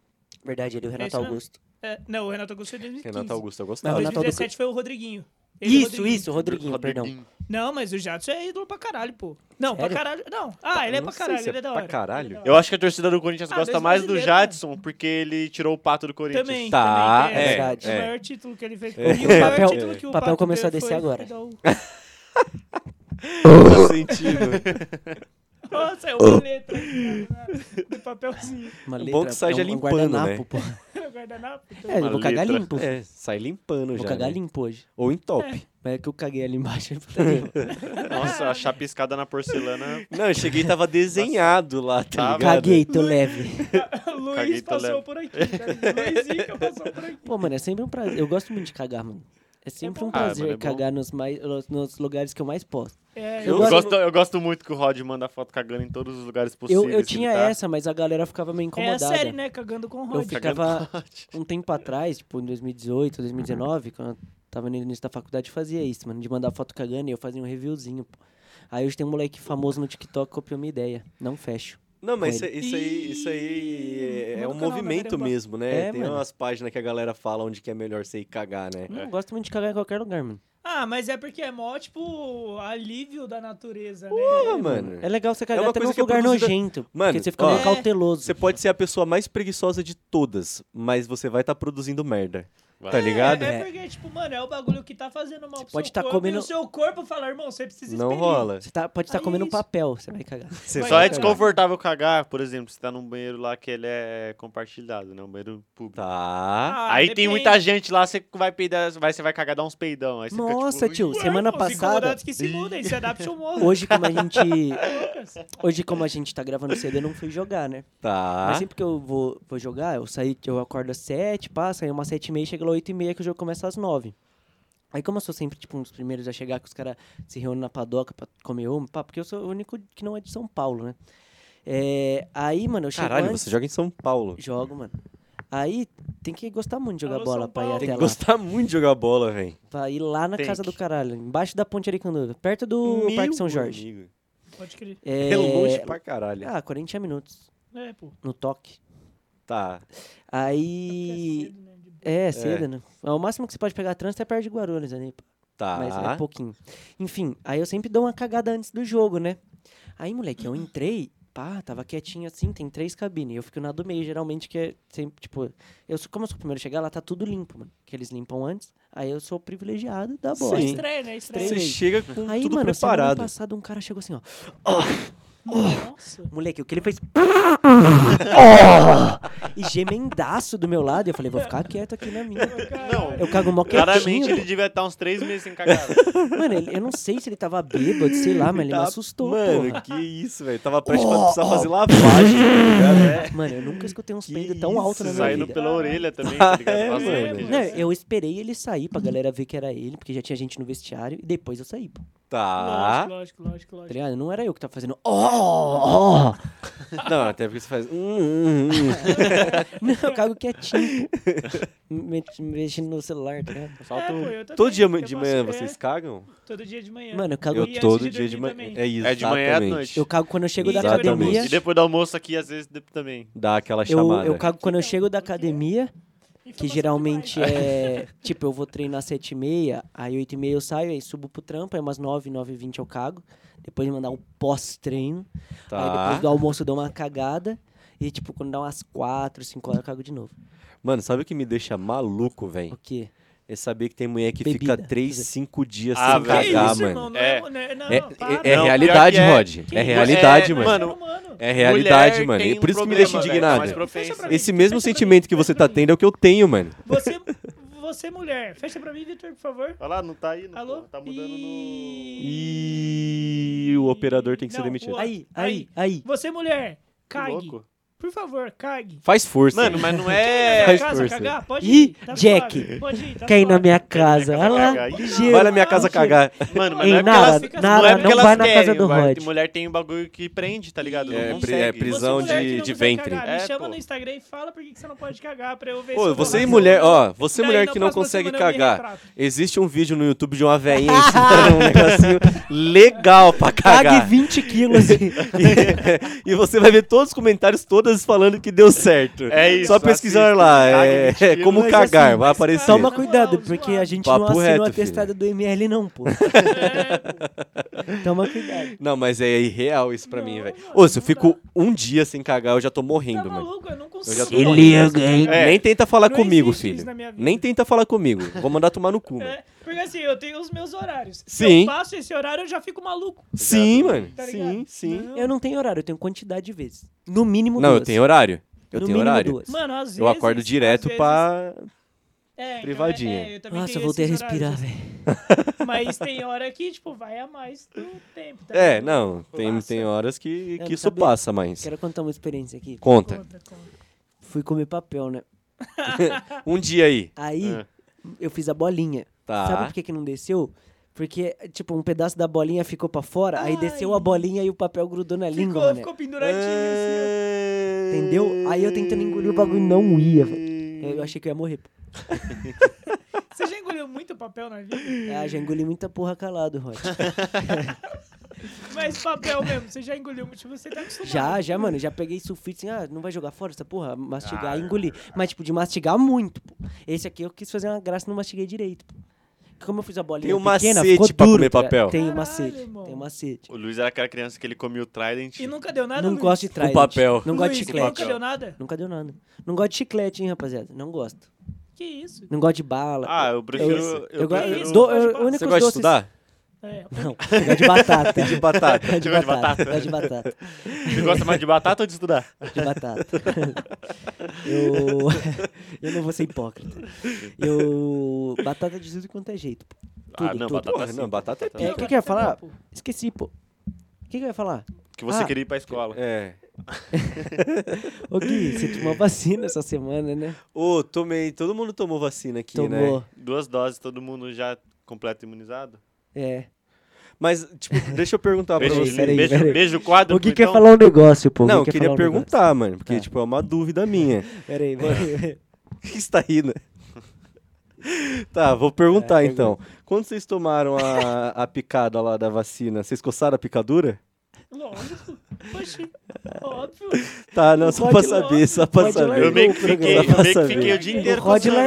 S2: Verdade, ele e o Renato
S4: isso mesmo.
S2: Augusto.
S4: É, não, o Renato Augusto foi em 2015.
S1: Renato Augusto, eu
S2: Não,
S1: gostava.
S2: Renato Augusto-
S4: 2017 foi o Rodriguinho. Ele e o
S2: Isso,
S4: Rodriguinho.
S2: isso, Rodriguinho, perdão.
S4: Não, mas o Jadson é ídolo pra caralho, pô. Não,
S2: Sério?
S4: pra caralho. Não. Ah, ele é
S1: Eu não
S4: pra
S1: sei
S4: caralho,
S1: se
S4: ele é da
S1: pra
S4: hora.
S1: caralho?
S4: Ele é da
S3: Eu acho que a torcida do Corinthians
S4: Ah,
S3: gosta
S4: dois
S3: mais do
S4: brasileiros, né?
S3: Jadson, porque ele tirou o Pato do Corinthians.
S4: Também,
S1: Tá,
S4: também. tem
S1: é,
S4: essa.
S2: verdade.
S4: O
S1: é.
S4: maior título que ele fez.
S1: É.
S4: E o maior
S2: Papel-
S4: título que o
S2: papel
S4: Pato
S2: começou a
S4: teve
S2: descer
S4: foi-
S2: agora.
S4: foi
S1: Faz sentido.
S4: da- Nossa, é uma letra. De papelzinho.
S2: Uma
S1: bom
S2: letra,
S1: que seja
S2: é um, é um
S1: limpando, né?
S2: guardanapo, pô.
S4: Guardanapo.
S2: É, eu
S3: Uma
S2: vou cagar
S3: letra.
S2: limpo.
S1: É, sai limpando
S2: Vou
S1: já.
S2: cagar
S1: né?
S2: limpo hoje.
S1: Ou em top.
S2: Mas é que eu caguei ali embaixo. puta merda.
S3: Nossa, a chapiscada na porcelana.
S1: Não, eu cheguei e tava desenhado lá, tá
S3: Tava.
S1: ligado?
S2: caguei, tô leve.
S4: O Luiz
S3: Caguei, tô
S4: passou
S3: lendo.
S4: por aqui. Tá? Luiz Ica passou por aqui.
S2: Pô, mano, é sempre um prazer. Eu gosto muito de cagar, mano. É sempre
S4: bom.
S2: um
S4: Ah,
S2: prazer
S3: mano, é bom.
S2: cagar nos, mais, nos- nos lugares que eu mais posso.
S4: É,
S3: Eu,
S2: Eu
S3: gosto,
S2: gosto-
S3: eu gosto muito que o Rod manda foto cagando em todos os lugares possíveis.
S2: Eu, eu
S3: ele
S2: tinha
S3: tá
S2: essa, mas a galera ficava
S4: é
S2: meio
S4: a
S2: incomodada.
S4: série, né? Cagando com o
S2: Eu
S4: Rod.
S3: cagando
S2: ficava
S3: no Rod.
S2: um tempo atrás, tipo em 2018, 2019, quando eu tava no início da faculdade, eu fazia isso, mano, de mandar foto cagando e eu fazia um reviewzinho, pô. Aí hoje tem um moleque famoso no TikTok que copiou minha ideia. Não fecho.
S1: Não, mas isso,
S2: Foi.
S1: isso aí, isso aí é- é,
S4: Manda
S1: um
S4: o canal da
S1: movimento
S4: Caramba.
S1: mesmo, né?
S2: É,
S1: Tem
S2: mano. É,
S1: umas páginas que a galera fala onde que é melhor você ir cagar, né?
S2: Não gosto muito de cagar em qualquer lugar, mano.
S4: Ah, mas é porque é mó, tipo, alívio da natureza, né?
S1: Porra, mano.
S2: É legal você cagar
S1: uma
S2: até num
S1: coisa que é
S2: lugar
S1: produzida-
S2: nojento.
S1: Mano,
S2: porque você fica
S1: ó,
S2: meio
S4: É.
S2: cauteloso.
S1: Você pode ser a pessoa mais preguiçosa de todas, mas você vai estar produzindo merda. Tá ligado?
S4: É, é porque, tipo, mano, é o bagulho que tá fazendo mal pro
S2: pode
S4: seu
S2: tá
S4: corpo e
S2: comendo-
S4: o seu corpo fala, irmão, você precisa
S1: Não
S4: expelir.
S1: rola.
S2: Você tá- pode estar
S1: É
S4: Aí
S2: comendo
S4: isso.
S2: papel, você vai cagar.
S1: Você
S4: Vai
S1: só
S3: Só
S4: Vai
S3: é
S4: cagar.
S1: é
S3: desconfortável cagar, por exemplo, você tá num banheiro lá que ele é compartilhado, né? Um banheiro público.
S1: Tá.
S4: Ah,
S3: aí tem
S4: depende.
S3: muita gente lá, você vai peidar, vai, você vai cagar, dar uns peidão. Aí você
S2: Nossa,
S3: fica, tipo,
S2: tio,
S3: "Ui".
S4: Ué,
S2: semana
S4: irmão, se
S2: passada-
S4: incomodar, diz que se mudem, se adapte ou morra.
S2: Hoje, como a gente. Hoje, como a gente tá gravando cedo, eu não fui jogar, né?
S1: Tá.
S2: Mas sempre que eu vou, vou jogar, eu saí, eu acordo às 7, passa, aí umas 7 e meia, chega lá 8 e meia que o jogo começa às 9. Aí como eu sou sempre, tipo, um dos primeiros a chegar, que os caras se reúnem na padoca pra comer uma, pá, porque eu sou o único que não é de São Paulo, né? É, aí, mano, eu chego
S1: Caralho,
S2: antes,
S1: você é joga em São Paulo.
S2: jogo, mano. Aí tem que gostar muito de jogar
S4: Alô,
S2: bola
S4: São
S2: pra ir
S4: Paulo.
S2: até
S1: Tem que
S2: lá.
S1: gostar muito de jogar bola, velho.
S2: Pra ir lá na
S3: Tem
S2: casa
S3: que.
S2: do caralho, embaixo da ponte Aricanduva, perto do Parque São Jorge.
S4: Pode crer.
S1: É... longe pra caralho.
S2: Ah, 40 minutos
S4: É, pô.
S2: no toque.
S1: Tá.
S4: E...
S2: Aí... É, cedo,
S1: É.
S2: né? O máximo que você pode pegar trânsito é perto de Guarulhos ali, pá,
S1: Tá.
S2: mas é pouquinho. Enfim, aí eu sempre dou uma cagada antes do jogo, né? Aí, moleque, eu entrei, pá, tava quietinho assim, tem três cabines. Eu fico na do meio, geralmente, que é sempre, tipo... Eu sou, como eu sou o primeiro a chegar, lá tá tudo limpo, mano. Que eles limpam antes, aí eu sou o privilegiado da bola.
S1: Sim.
S4: Estranho, né? Estranho.
S1: Você
S2: Treinei.
S1: chega com
S2: Aí,
S1: tudo
S2: mano, semana
S1: preparado.
S2: passada um cara chegou assim, ó.
S4: Nossa.
S2: Moleque, o que ele fez... e gemendaço do meu lado. E eu falei, vou ficar quieto aqui na minha.
S3: Não,
S2: Eu cago mó quietinho.
S3: claramente ele devia estar uns três meses sem cagar.
S2: Mano, ele- eu não sei se ele tava bêbado, sei lá, Ah, mas ele me
S1: Tá-
S2: assustou,
S1: Mano,
S2: porra.
S1: que isso, velho. Tava prestes pra precisar fazer lavagem, tá ligado? É.
S2: Mano, eu nunca escutei uns
S1: Que
S2: peidos tão alto na
S1: isso,
S2: minha
S3: Saindo
S2: vida.
S3: pela orelha também, tá
S2: Ah,
S3: ligado?
S1: É,
S3: Passando
S1: mano.
S4: pela-
S3: pelo-
S2: Não, eu esperei ele sair pra galera ver que era ele, porque já tinha gente no vestiário, e depois eu saí, pô.
S1: Tá.
S4: Lógico, lógico, lógico,
S2: Tá
S4: lógico.
S2: ligado? Não era eu que tava fazendo. Oh, oh.
S1: Não, até porque você faz. hum, hum, hum.
S2: Não, eu cago quietinho. pô. Me- Mexendo no celular, tá ligado?
S4: É,
S1: Solta um-
S4: pô, eu também,
S1: Todo dia
S4: porque
S1: de
S4: eu
S1: manhã
S4: faço-
S1: vocês
S4: é,
S1: cagam?
S4: Todo dia de manhã.
S2: Mano, eu cago.
S1: Eu
S4: antes
S1: todo
S4: de
S1: dia de
S4: dormir
S1: manhã.
S4: também.
S1: É isso.
S3: É de manhã à
S1: exatamente.
S3: noite.
S2: Eu cago quando eu chego
S4: Isso,
S2: da academia.
S1: exatamente.
S3: E depois do almoço aqui, às vezes de- também.
S1: Dá aquela
S2: Eu,
S1: chamada.
S2: eu cago quando eu chego da academia. Que geralmente é. Tipo, eu vou treinar às 7h30, aí 8h30 eu saio, aí subo pro trampo, aí umas 9, 9h20 eu cago. Depois de mandar o pós-treino.
S1: Tá.
S2: Aí depois do almoço eu dou uma cagada. E, tipo, quando dá umas 4, 5 horas eu cago de novo.
S1: Mano, sabe o que me deixa maluco,
S2: O
S1: velho?
S2: quê?
S1: É saber que tem mulher que
S2: Bebida.
S1: fica 3, 5 dias
S3: Ah,
S1: sem
S4: Que
S3: velho.
S1: cagar,
S4: isso,
S1: mano.
S4: irmão, não
S3: É.
S4: é, mulher- não,
S1: É,
S4: para.
S1: é- é
S3: Não,
S1: realidade,
S3: pior que é.
S1: Rod.
S4: Que
S1: É
S4: isso?
S1: realidade,
S3: É,
S1: mano.
S3: mano.
S4: Ser humano.
S1: É realidade,
S3: Mulher
S1: mano.
S3: tem
S1: E por
S3: um
S1: isso que me
S3: problema,
S1: deixa
S3: velho, é
S1: indignado.
S3: mais propenso.
S4: Fecha pra mim.
S1: Esse mesmo
S4: Fecha pra
S1: sentimento
S4: mim,
S1: que você
S4: fecha pra
S1: tá
S4: mim.
S1: tendo é o que eu tenho, mano.
S4: Você, você mulher, fecha pra mim, Vitor, por favor.
S3: Olha lá, não tá aí, não,
S4: Alô?
S3: pô, Tá mudando no...
S4: E...
S1: E o operador tem que ser
S4: Não,
S1: demitido.
S4: o-
S2: Aí,
S4: Aí.
S2: aí, aí.
S4: Você mulher,
S3: Que
S4: cague.
S3: louco.
S4: Por favor, cague.
S1: Faz força.
S3: Mano, mas não
S4: Na
S3: é.
S1: Faz
S4: casa,
S1: força.
S4: cagar? Pode
S2: Ih,
S4: ir. tá
S2: Jack,
S4: suave. Pode ir, tá
S2: Quer ir na
S4: suave.
S2: minha casa. Olha lá.
S3: cagar. Ih,
S2: gelo.
S1: Vai na minha casa cagar.
S3: Mano, mas
S2: Ei,
S3: não é porque
S2: Nara,
S3: elas.
S2: Nara,
S3: não
S2: não
S3: é porque elas
S2: vai na casa
S3: querem,
S2: do
S3: vai.
S2: Rod.
S3: Mulher tem um bagulho que prende, tá ligado?
S1: É,
S3: não
S1: pri-
S3: consegue.
S1: é prisão
S4: Você, mulher, que não
S1: de- de
S4: consegue
S1: ventre.
S4: Cagar,
S3: É,
S4: me chama
S3: pô.
S4: no Instagram e fala por que que você não pode cagar pra eu ver se
S1: Ô,
S4: eu vou
S1: você
S4: lá.
S1: e mulher, ó, você
S4: Daí,
S1: mulher
S4: na
S1: que não
S4: próxima
S1: consegue
S4: semana eu me
S1: cagar.
S4: retrato.
S1: Existe um vídeo no YouTube de uma veinha ensinando um negocinho legal pra
S2: Pague
S1: cagar.
S2: 20 quilos.
S1: e você vai ver todos os comentários, todas falando que deu certo.
S3: É isso,
S1: Só pesquisar
S3: assista,
S1: lá.
S3: cague
S1: É,
S3: 20
S1: é como
S2: quilos, mas
S1: cagar,
S2: assim,
S1: vai
S4: mas
S1: aparecer.
S4: calma.
S2: Toma cuidado, porque a gente não
S1: Papo
S2: assinou
S1: reto,
S2: a testada do ML, não, pô.
S4: É,
S2: Toma cuidado.
S1: Não, mas é irreal isso pra mim,
S4: Não,
S1: velho.
S4: mano,
S1: Ô, se eu
S4: não
S1: fico um dia sem cagar, eu já tô morrendo,
S4: Tá
S1: mano.
S4: maluco? Eu não
S1: Eu
S4: consigo.
S1: já tô
S2: Ele
S1: morrendo.
S2: alguém-
S1: É. Nem tenta falar
S4: Não
S1: comigo,
S4: existe isso
S1: filho.
S4: na minha vida.
S1: Nem tenta falar comigo. Vou mandar tomar no cu, mano.
S4: É, porque assim, eu tenho os meus horários. Se
S1: Sim.
S4: eu passo esse horário, eu já fico maluco.
S1: Sim, mano.
S4: Tá ligado?
S1: sim, sim.
S2: Eu não tenho horário, eu tenho quantidade de vezes. No mínimo
S1: Não,
S2: duas.
S1: eu tenho horário. Eu
S2: no
S1: tenho
S2: mínimo
S1: horário.
S2: Duas.
S4: Mano, às vezes...
S1: Eu acordo
S4: às
S1: direto
S4: vezes-
S1: pra.
S4: É, então, é-
S1: privadinha.
S4: é, eu também
S2: Nossa, eu
S4: tenho
S2: voltei a
S4: esses
S2: respirar,
S4: horários,
S2: velho.
S4: assim. Mas tem hora que, tipo, vai a mais do tempo. Tá
S1: É,
S4: ligado?
S1: não. Tem,
S4: Passa.
S1: tem horas que,
S2: É, Eu
S1: que
S2: não
S1: isso
S2: sabia.
S1: passa, mas.
S2: Quero contar uma experiência aqui.
S1: Conta.
S4: Conta, conta.
S2: Fui comer papel, né?
S1: Um dia aí.
S2: Aí
S3: É.
S2: eu fiz a bolinha.
S1: Tá.
S2: Sabe por que, que não desceu? Porque, tipo, um pedaço da bolinha ficou pra fora, aí
S4: Ai.
S2: desceu a bolinha e o papel grudou na língua, é
S4: Ficou,
S2: mané.
S4: ficou penduradinho, assim,
S1: É.
S2: Entendeu? Aí eu tentando engolir o bagulho e não ia, velho. Eu eu achei que eu ia morrer. pô.
S4: ó. Você já engoliu muito papel na vida?
S2: Ah, já engoli muita porra calado, Rod.
S4: Mas papel mesmo, você já engoliu muito. Tipo, você tá acostumado.
S2: Já, já, mano, já peguei sulfite assim, ah, não vai jogar fora essa porra, mastigar e engolir. Mas, tipo, de mastigar muito, pô. Esse aqui eu quis fazer uma graça e não mastiguei direito, pô. Como eu fiz a
S1: Tem
S2: bolinha
S1: um
S2: pequena,
S1: macete
S2: ficou
S1: pra
S2: duro,
S1: comer
S2: tá ligado?
S1: papel.
S2: Tem um
S4: Caralho,
S2: macete,
S4: irmão.
S2: tem um macete.
S3: O Luiz era aquela criança que ele comia o Trident.
S4: E nunca deu nada,
S2: não
S4: Luiz?
S2: gosto de Trident.
S1: papel.
S2: Não gosto de
S4: Luiz, é Nunca
S2: chiclete.
S4: deu nada?
S2: Nunca deu nada. Não gosto de chiclete, hein, rapaziada. Não gosto.
S4: Que isso?
S2: Não gosto de bala.
S3: Ah, eu prefiro. Eu,
S2: Eu gosto.
S3: prefiro-
S4: isso,
S2: do-
S4: gosto de
S2: eu-
S4: bala.
S2: únicos
S1: Você gosta de
S2: doces-
S1: estudar?
S4: É.
S2: Não, eu gosto de batata. de
S1: Batata.
S2: Gosto de
S3: Você gosta de
S2: batata.
S3: batata?
S2: Gosto de batata.
S3: Você gosta mais de batata ou de estudar?
S2: de batata. eu... eu não vou ser hipócrita. Eu. Batata de tudo quanto é jeito. pô. Tudo,
S3: ah, não,
S2: tudo.
S3: batata
S1: Porra,
S3: sim.
S1: não, batata é
S2: É,
S1: pica.
S2: o que,
S4: Batata
S2: que eu ia
S4: é
S2: falar?
S4: bom, pô.
S2: Esqueci, pô. O que, que eu ia falar?
S3: Que você
S2: Ah.
S3: queria ir pra escola.
S1: É.
S2: Ô Gui, você tomou vacina essa semana, né?
S1: Ô, tomei. Todo mundo tomou vacina aqui, né?
S2: Tomou.
S3: Duas doses, todo mundo já completo imunizado?
S2: É.
S1: Mas, tipo, deixa eu perguntar pra
S2: Peraí,
S1: você.
S2: peraí,
S3: beijo,
S2: peraí.
S3: beijo quadro.
S2: O Gui
S3: então.
S2: quer falar um negócio, pô. O Gui
S1: Não, eu
S2: quer
S1: queria
S2: falar um negócio.
S1: perguntar, mano, porque,
S2: Tá.
S1: tipo, é uma dúvida minha.
S2: Peraí, peraí.
S1: Por que você tá rindo? tá, vou perguntar então. Quando vocês tomaram a, a picada lá da vacina, vocês coçaram a picadura?
S4: Lógico. Poxa, óbvio.
S1: Tá, não,
S2: O
S1: só
S2: Rod
S1: pra
S2: largou-
S1: saber, só pra
S2: Rod
S1: saber.
S2: largou
S3: Eu meio que
S2: o programa.
S3: fiquei, eu
S1: Pra
S3: meio que
S1: saber.
S3: fiquei o dia
S2: O
S3: inteiro
S2: Rod
S3: coçando.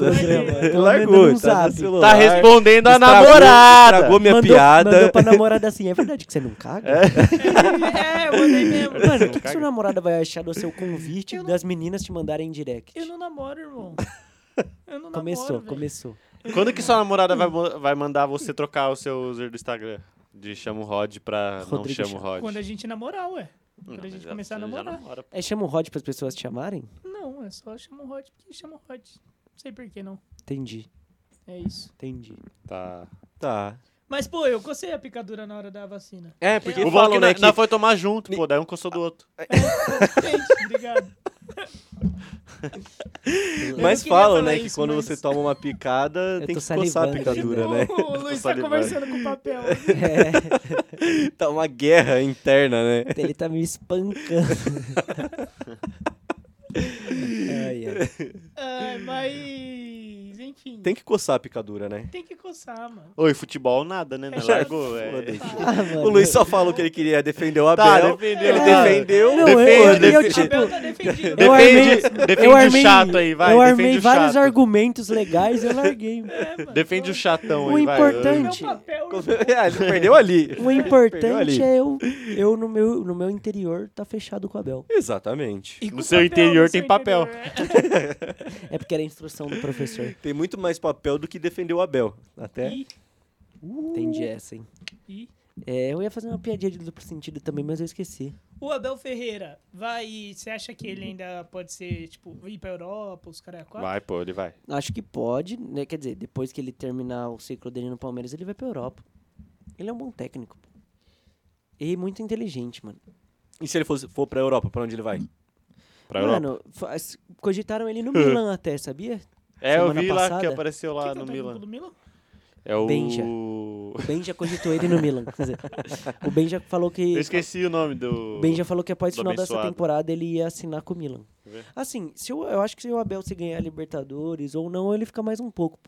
S2: largou o programa. um
S4: Ele
S2: pelo menos
S1: Largou,
S2: não
S1: tá no
S2: sabe.
S1: celular.
S3: Tá respondendo a
S1: Estragou-
S3: namorada.
S1: Estragou minha
S2: mandou,
S1: piada.
S2: Mandou pra namorada assim, é verdade que você não caga?
S4: É, eu mandei mesmo.
S2: Mano, o que, que
S3: caga.
S2: sua namorada vai achar do seu convite
S4: Eu não-
S2: das meninas te mandarem em direct?
S4: Eu não namoro, irmão. Eu não
S2: Começou,
S4: namoro, velho.
S2: começou.
S3: Quando que sua namorada vai, mo- vai mandar você trocar o seu user do Instagram? De chama o Rod pra
S2: Rodrigo
S3: não chama o
S2: Chama.
S3: Rod. Hum,
S4: Quando a gente namorar, ué. Quando a gente começar a namorar.
S2: É, chama o Rod pras pessoas te chamarem?
S4: Não, é só chama o Rod porque chama o Rod. Não sei por que não.
S2: Entendi,
S4: É isso.
S2: entendi.
S3: Tá.
S1: Tá.
S4: Mas, pô, eu cocei a picadura na hora da vacina.
S1: É, porque
S3: O bom
S1: falam,
S3: que
S1: né,
S3: nós
S1: que...
S3: nós foi tomar junto, pô. Daí um coçou
S4: Ah.
S3: do outro.
S4: Gente, obrigado. não
S1: Mas
S4: queria
S1: falam,
S4: falar
S1: né, que
S4: isso,
S1: quando
S4: mas-
S1: você toma uma picada,
S2: Eu
S1: tem
S2: tô
S1: que coçar a
S2: salivando aqui.
S1: picadura, né?
S4: O Luiz tá
S3: salivando.
S4: conversando com o papel.
S2: É,
S1: Tá uma guerra interna, né?
S2: ele tá me espancando. ai, ai.
S4: Ah, mas, enfim.
S1: Tem que coçar a picadura, né?
S4: Tem que coçar, mano.
S3: Oi, futebol nada, né? né?
S4: É,
S3: Largou, é.
S1: foda-se.
S2: Ah, mano.
S1: O Luiz só falou que ele queria defender o
S3: Tá,
S1: Abel.
S3: defendeu.
S1: ele
S2: Ah,
S1: defendeu.
S2: não, eu,
S3: Defende,
S2: eu, eu,
S3: defende.
S2: tipo,
S4: Abel tá defendido.
S2: Eu
S3: Defende,
S2: armei-
S3: defende
S2: eu armei,
S3: o chato aí, vai.
S2: Eu
S3: defende
S2: armei
S3: o
S2: vários
S3: chato.
S2: argumentos legais, eu larguei. mano.
S4: É, mano.
S3: Defende o chatão
S2: O
S3: aí, vai.
S4: Meu
S2: importante-
S4: papel,
S1: É, ele perdeu ali.
S2: O
S1: Perdeu ali.
S2: importante é eu, eu no, meu, no meu interior, tá fechado com o Abel.
S1: Exatamente.
S4: E com
S3: No seu
S4: papel,
S3: interior
S4: no
S3: tem
S4: seu
S3: papel.
S4: interior,
S2: É porque era a instrução do professor.
S1: Tem muito mais papel do que defender o Abel.
S4: é.
S1: Até.
S4: Ih,
S2: Entendi essa, hein?
S4: ih.
S2: É, eu ia fazer uma piadinha de duplo sentido também, mas eu esqueci.
S4: O Abel Ferreira, vai. Você acha que ele ainda pode ser, tipo, ir pra Europa, os caras quatro?
S3: Vai, pô, ele vai.
S2: Acho que pode, né? Quer dizer, depois que ele terminar o ciclo dele no Palmeiras, ele vai pra Europa. Ele é um bom técnico. pô. E muito inteligente, mano.
S1: E se ele fosse- for pra Europa, pra onde ele vai?
S3: Pra Europa.
S2: Mano, faz- cogitaram ele no Milan até, sabia?
S3: É, eu
S2: semana
S3: vi lá que
S2: passada- tá
S3: apareceu lá
S4: Quem que é
S3: no
S4: o técnico
S3: Milan.
S4: do Milan?
S3: É o.
S2: Benja. O Ben já cogitou ele no Milan. Quer dizer, o Ben já falou que.
S3: Eu esqueci o nome do.
S2: O Ben já falou que após o
S3: do
S2: final dessa
S3: abençoado.
S2: temporada ele ia assinar com o Milan.
S3: Deixa eu ver.
S2: Assim, se o- eu, acho que se o Abel se ganhar a Libertadores ou não, ele fica mais um pouco.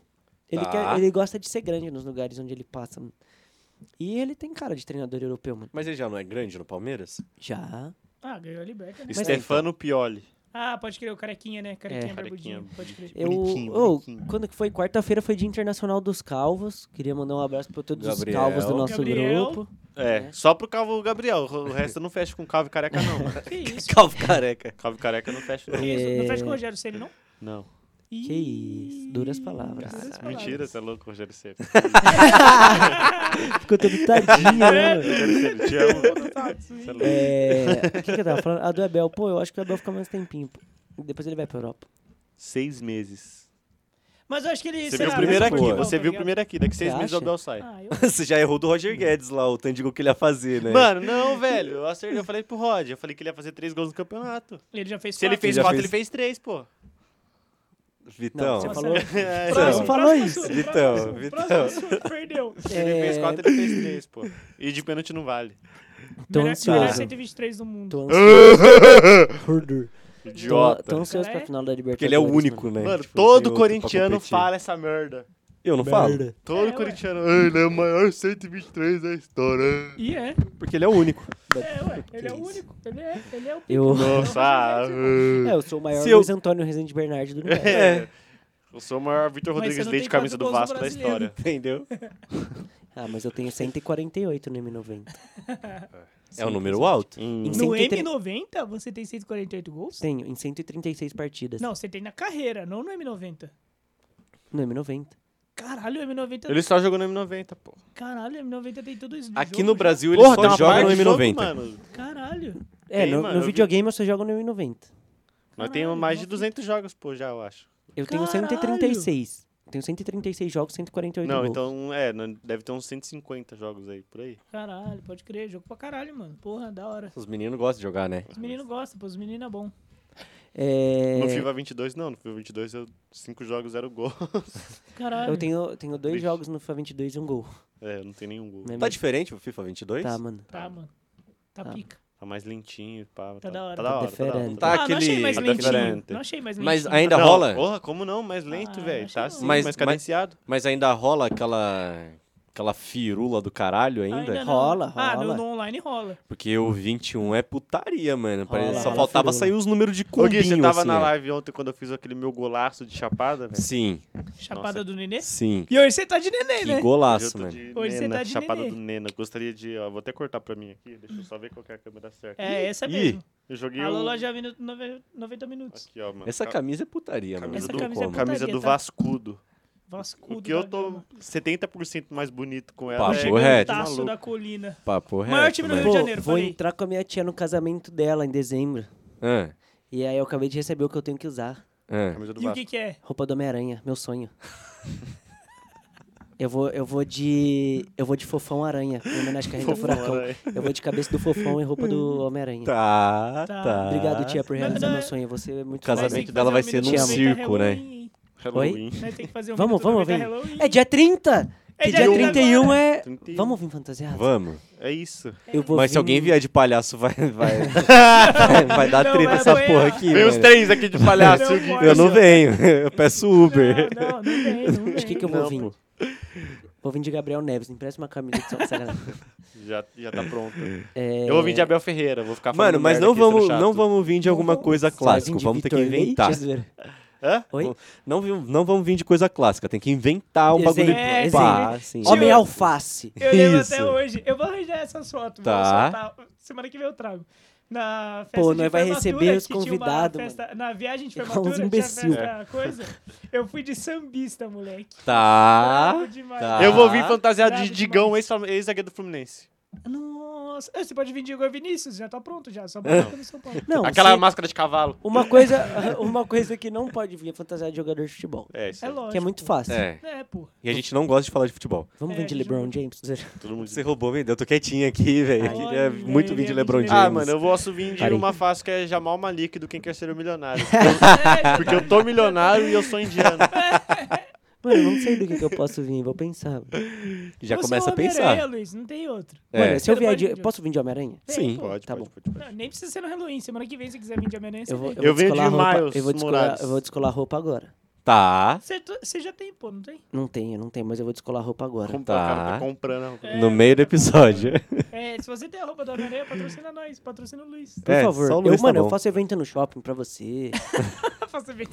S2: Ele,
S1: Tá.
S2: quer- ele gosta de ser grande nos lugares onde ele passa. E ele tem cara de treinador europeu, mano.
S1: Mas ele já não é grande no Palmeiras?
S2: Já.
S4: Ah, ganhou a Liberta, né?
S2: Mas-
S3: Stefano Pioli.
S4: Ah, pode crer, o carequinha, né? Carequinha,
S2: É.
S4: barbudinho.
S3: Carequinha.
S4: Pode crer.
S2: Eu,
S3: Bonitinho,
S2: Ô,
S3: bonitinho.
S2: Quando que foi? Quarta-feira foi Dia Internacional dos Calvos. Queria mandar um abraço para todos
S1: Gabriel.
S2: os calvos do nosso
S4: Gabriel.
S2: grupo.
S3: É, só pro Calvo Gabriel. O resto não fecha com Calvo e Careca, não.
S4: Que isso?
S1: Calvo careca.
S3: Calvo e Careca não fecha, não.
S4: Que isso? Não
S2: É.
S4: faz com o Rogério Ceni, não?
S3: Não.
S2: Que isso. Duras palavras.
S4: Duras palavras.
S3: Mentira, você é louco, Rogério Ceni.
S2: Ficou todo tadinho, né? mano?
S3: Rogério Ceni, te amo. é Você é louco.
S2: É, o que, que eu tava falando? A do Abel. Pô, eu acho que o Abel fica mais tempinho. pô. Depois ele vai pra Europa.
S3: Seis meses.
S4: Mas eu acho que ele...
S3: Você
S4: sei
S3: viu
S4: lá,
S3: o primeiro
S4: não
S3: aqui,
S4: sei
S1: boa.
S4: como,
S3: você
S4: tá
S3: viu o
S4: ligado?
S3: primeiro aqui. Daqui seis
S2: Você
S3: meses o
S2: acha?
S3: Abel sai.
S4: Ah, eu...
S1: Você já errou do Roger Guedes lá, o Tandigo que ele ia fazer, né?
S3: Mano, não, velho. Eu acertei, eu falei pro Rod. Eu falei que ele ia fazer três gols no campeonato.
S4: Ele já fez
S3: Se ele
S4: quatro.
S3: fez
S1: já
S3: quatro,
S1: fez-
S3: ele fez três, pô.
S1: Vitão.
S2: Não, você falou.
S3: É,
S1: Próximo,
S3: então.
S2: Você falou
S4: Próximo
S2: isso.
S4: assunto,
S1: Vitão,
S4: próximo assunto,
S1: Vitão.
S4: próximo assunto, Perdeu.
S3: Se ele fez
S2: É.
S3: quatro, ele fez três, pô. E de pênalti não vale.
S2: Tô
S4: Melhor- Melhor
S2: ansioso.
S4: 123 do mundo.
S2: Tô ansioso. Hurdur. Tô,
S3: Idiota.
S2: tô ansioso
S4: Cara,
S2: pra
S4: é?
S2: final da Libertadores.
S1: Porque ele é o único, né?
S3: Mano,
S1: Tipo, não tem
S3: todo
S1: outro pra
S3: corintiano
S1: competir.
S3: fala essa merda.
S1: Eu não falo,
S3: Todo
S4: É, ué.
S3: corintiano. "Ah, Ele é o maior 123 da história.
S4: E é.
S1: porque ele é o único.
S4: É, ué. Ele é o único. Ele é, ele é o...
S2: Eu,
S3: Nossa. ah,
S2: é, eu sou o maior
S1: Se eu-
S2: Luiz Antônio Rezende Bernardi do universo.
S3: é. Eu sou o maior Vitor
S4: Mas você
S3: Rodrigues
S4: não
S3: Leite,
S4: tem
S3: camisa do
S4: quanto gols no
S3: Vasco da
S4: brasileiro?
S3: história.
S1: Entendeu?
S2: Ah, mas eu tenho 148 no M90.
S1: É um número alto.
S2: Em
S4: No
S2: 130
S4: M90, você tem 148 gols?
S2: Tenho, em 136 partidas.
S4: Não, você tem na carreira, não no M90.
S2: No M90.
S4: Caralho, o M90...
S3: Ele só jogou no M90, pô.
S4: Caralho, o M90 tem tudo isso. de
S1: Aqui
S4: jogo
S1: no
S4: já.
S1: Brasil ele só joga no M90.
S4: Caralho.
S2: É,
S3: Tem,
S2: no,
S3: mano,
S2: no
S3: eu vi.
S2: videogame eu só jogo no M90.
S3: Nós
S4: Caralho,
S3: temos mais de
S4: nossa.
S3: 200 jogos, pô, já, eu acho.
S2: Eu tenho
S4: Caralho!
S2: 136. Tenho 136 jogos, 148
S3: Não,
S2: gols.
S3: então, é, não- deve ter uns 150 jogos aí, por aí.
S4: Caralho, pode crer. Jogo pra caralho, mano. Porra, da hora.
S1: Os meninos gostam de jogar, né?
S4: Os meninos gostam, pô. Os meninos é bom.
S2: É,
S3: No FIFA 22, não. No FIFA 22, eu, cinco jogos, zero gol.
S4: Caralho.
S2: eu tenho, tenho dois
S3: Vixe.
S2: jogos no FIFA 22 e um gol.
S3: É, não tem nenhum gol.
S2: Né,
S1: Tá
S2: mano?
S1: diferente o FIFA 22?
S2: Tá, mano.
S4: Tá, mano. Tá,
S2: Tá.
S4: pica.
S3: Tá mais lentinho, pá.
S4: Tá da hora.
S3: Tá da
S4: Tá
S3: hora, tá da hora.
S2: diferente.
S1: Ah. Tá
S4: ah, não
S1: aquele-
S4: achei mais
S3: Tá
S4: lentinho.
S3: diferente.
S4: Não achei mais lentinho.
S1: Mas ainda
S3: Não,
S1: rola?
S3: Porra, como não? Mais lento,
S4: Ah,
S3: velho.
S4: acho
S3: Tá
S4: bom.
S3: assim,
S1: Mas-
S3: mais
S1: mas-
S3: cadenciado.
S1: Mas ainda rola aquela aquela firula do caralho ainda?
S4: não.
S2: Rola,
S4: Ah, no,
S2: rola.
S4: no online rola.
S1: Porque o 21 é putaria, mano. Parece-
S2: Rola,
S1: só
S2: rola
S1: faltava
S2: firula.
S1: sair os números de
S3: Ô,
S1: cumbinho,
S3: Gui, você tava
S1: assim,
S3: na
S1: ó.
S3: live né? ontem quando eu fiz aquele meu golaço de chapada, velho?
S1: Sim,
S4: Chapada do nenê.
S1: sim.
S4: E hoje você tá de nenê, né?
S1: Que
S3: Hoje eu
S1: golaço,
S3: tô
S1: mano.
S3: de
S4: Hoje você
S3: Nena,
S4: tá de
S3: chapada
S4: nenê.
S3: do Nena. Gostaria de... Ó, vou até cortar pra mim aqui. Deixa eu só ver qual que é a câmera certa.
S4: É, essa
S1: Ih,
S4: mesmo.
S3: Eu joguei
S4: Alô,
S3: um...
S4: loja Vinu- nove- 90 minutos.
S3: Aqui, ó, mano.
S1: Essa
S3: Ca-
S1: camisa é putaria, mano.
S3: Camisa
S1: Não
S3: do-
S1: tem
S4: camisa é
S1: como.
S4: putaria.
S3: camisa do
S4: tá?
S3: Vascudo.
S4: Vascudo.
S3: O que eu
S4: da
S3: tô
S4: Gama.
S3: 70% mais bonito com ela.
S1: Papo
S3: é
S1: Pô, reto.
S3: coisa de
S4: um Taço da
S3: maluco.
S4: colina.
S1: Papo reto,
S4: Maior time do
S1: mano.
S4: Rio de Janeiro,
S2: Pô, vou
S4: falei.
S2: entrar com a minha tia no casamento dela em dezembro.
S1: Ah,
S2: E aí eu acabei de receber o que eu tenho que usar.
S1: ah.
S3: Camisa do
S4: E o
S3: Vasco.
S4: que que é?
S2: Roupa do Homem-Aranha, meu sonho. eu, vou, eu vou de. Eu vou de fofão aranha, em homenagem à Rita
S3: Fofão
S2: Furacão.
S3: Aranha.
S2: Eu vou de cabeça do fofão e roupa do Homem-Aranha.
S1: Uhum. Tá,
S4: Tá.
S1: tá.
S2: Obrigado, tia, por realizar
S4: Não, não,
S2: meu sonho. Você é muito
S1: O casamento
S4: Mas tem que
S1: dela
S4: fazer
S1: vai
S4: um
S1: ser
S4: minuto
S1: num
S4: noventa
S1: circo, né?
S4: Halloween, hein?
S3: Halloween.
S4: Nós tem que fazer um
S2: Vamos,
S4: minuto
S2: vamos
S4: 90
S2: ver.
S4: Halloween.
S2: É dia 30!
S4: É
S2: Que
S4: dia
S2: dia
S4: 31
S2: 31 é.
S3: 31.
S2: Vamos vir fantasiado?
S1: um. Vamos.
S3: É isso.
S2: Eu vou
S1: Mas se
S2: vir-
S1: alguém vier de palhaço, vai. Vai, vai, vai dar
S4: Não,
S1: treta
S4: vai
S1: essa
S4: apanhar.
S1: porra aqui.
S3: Vem os
S1: mano.
S3: três aqui Assim, de palhaço.
S4: Não,
S3: o Gui.
S4: pode.
S1: Eu é. não venho. Eu peço Uber.
S4: Não, não, não tem, não tem.
S2: De É que, que eu vou
S3: Não,
S2: vir? Vou vir de Gabriel Neves, empresta uma camisa de São Sacanagem.
S3: Já, já tá pronto.
S2: É...
S3: Eu vou vir de Abel Ferreira, vou ficar Tá falando
S1: Mano, mas
S3: merda
S1: não
S3: aqui, sendo
S1: vamos,
S3: chato.
S1: não vamos vir de alguma coisa
S2: Você vai vir
S1: clássica.
S2: de
S1: Vamos ter que
S2: Vitor Leite,
S1: inventar.
S2: zoeira?
S3: Hã?
S2: Oi?
S1: Não, vi- não vamos vir de coisa clássica. Tem que inventar um bagulho.
S2: Exemplo,
S4: É,
S1: pá, assim.
S2: Homem
S4: Tio-
S2: alface.
S4: Eu lembro até
S1: Isso.
S4: hoje. Eu vou arranjar essas fotos. vou
S1: Tá.
S4: soltar. Semana que vem eu trago. Na festa
S2: Pô,
S4: de
S2: nós vai
S4: formatura,
S2: receber os
S4: que tinha uma
S2: convidados,
S4: festa- Na viagem de
S2: É uns
S4: formatura, tinha
S2: imbecil.
S4: festa, coisa. Eu fui de sambista, moleque.
S1: Tá.
S4: Bravo demais.
S2: Ah,
S1: tá.
S3: Eu vou vir fantasiado
S4: Bravo
S3: de Digão,
S4: demais.
S3: ex- ex-zagueiro do é Fluminense.
S4: Nossa, nossa. É, você pode vir de Igor Vinícius, já tá pronto já. Só bota no São Paulo. É
S2: Não,
S3: Aquela
S2: se-
S3: máscara de cavalo.
S2: uma, coisa, uma coisa que não pode vir é fantasiar de jogador de futebol.
S3: É, isso
S4: É
S3: aí.
S4: lógico.
S2: Que é muito fácil.
S1: É.
S4: É, pô.
S1: E a gente não gosta de falar de futebol.
S2: Vamos
S4: É,
S2: vir de
S4: de
S2: LeBron
S4: jogo.
S2: James.
S3: Todo mundo
S1: Você roubou, vendeu. Eu tô quietinho aqui, velho.
S4: Ai,
S1: Eu queria
S4: velho,
S1: muito vídeo
S4: ele é
S1: LeBron
S4: muito
S1: James.
S4: legal.
S3: Ah, mano, eu vou assumir de
S2: Parei.
S3: uma fase que é Jamal Malik do Quem Quer Ser o Milionário.
S4: É,
S3: Porque eu tô milionário e eu sou indiano.
S2: Mano, eu não sei do que, que eu posso vir, vou pensar.
S1: Já
S4: você é
S1: começa a
S4: o Homem-Aranha,
S1: pensar.
S4: Luiz, não tem outro.
S1: É.
S2: Mano, se eu vier
S4: Pode
S2: de.
S4: vir de-
S2: Posso vir de Homem-Aranha?
S4: Tem,
S1: Sim.
S4: pô.
S3: Pode,
S2: Tá
S3: pode,
S2: bom.
S3: pode, pode.
S4: Não, nem precisa ser no Halloween. Semana que vem, se quiser vir de Homem-Aranha, você
S2: Eu vou,
S4: vem.
S2: eu
S3: Eu
S2: vou
S3: venho de
S2: descolar a roupa,
S3: Miles
S2: eu vou descolar,
S3: Morales.
S2: eu vou descolar a roupa agora.
S1: Tá.
S4: Você to- Você já tem, pô, não tem?
S2: Não tenho, não tenho, mas eu vou descolar a roupa agora.
S3: Comprar,
S1: Tá.
S3: o cara tá comprando. a roupa.
S4: É.
S1: No meio do episódio.
S4: É, se você tem a roupa do Homem-Aranha, patrocina nós, patrocina o Luiz.
S2: Por
S1: É,
S2: favor.
S1: só o
S2: eu,
S1: Luiz tá
S2: mano, eu
S1: bom.
S2: faço evento no shopping pra você.
S4: Faça bem.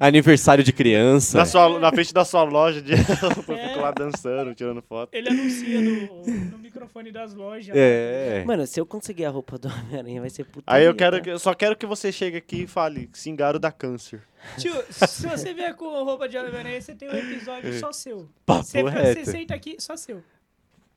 S1: Aniversário de criança.
S3: Na, sua- na frente da sua loja de roupa, eu
S4: É.
S3: fico lá dançando, tirando foto.
S4: Ele anuncia no, no microfone das lojas.
S1: É.
S2: Mano, se eu conseguir a roupa do Homem-Aranha, vai ser tá? puta.
S3: Aí eu quero, que- eu só quero que você chegue aqui e fale, singaro dá câncer.
S4: Tio, se você vier com roupa de Homem-Aranha, você tem um episódio só seu.
S1: Papo
S4: Você, é você
S1: reto.
S4: senta aqui, só seu.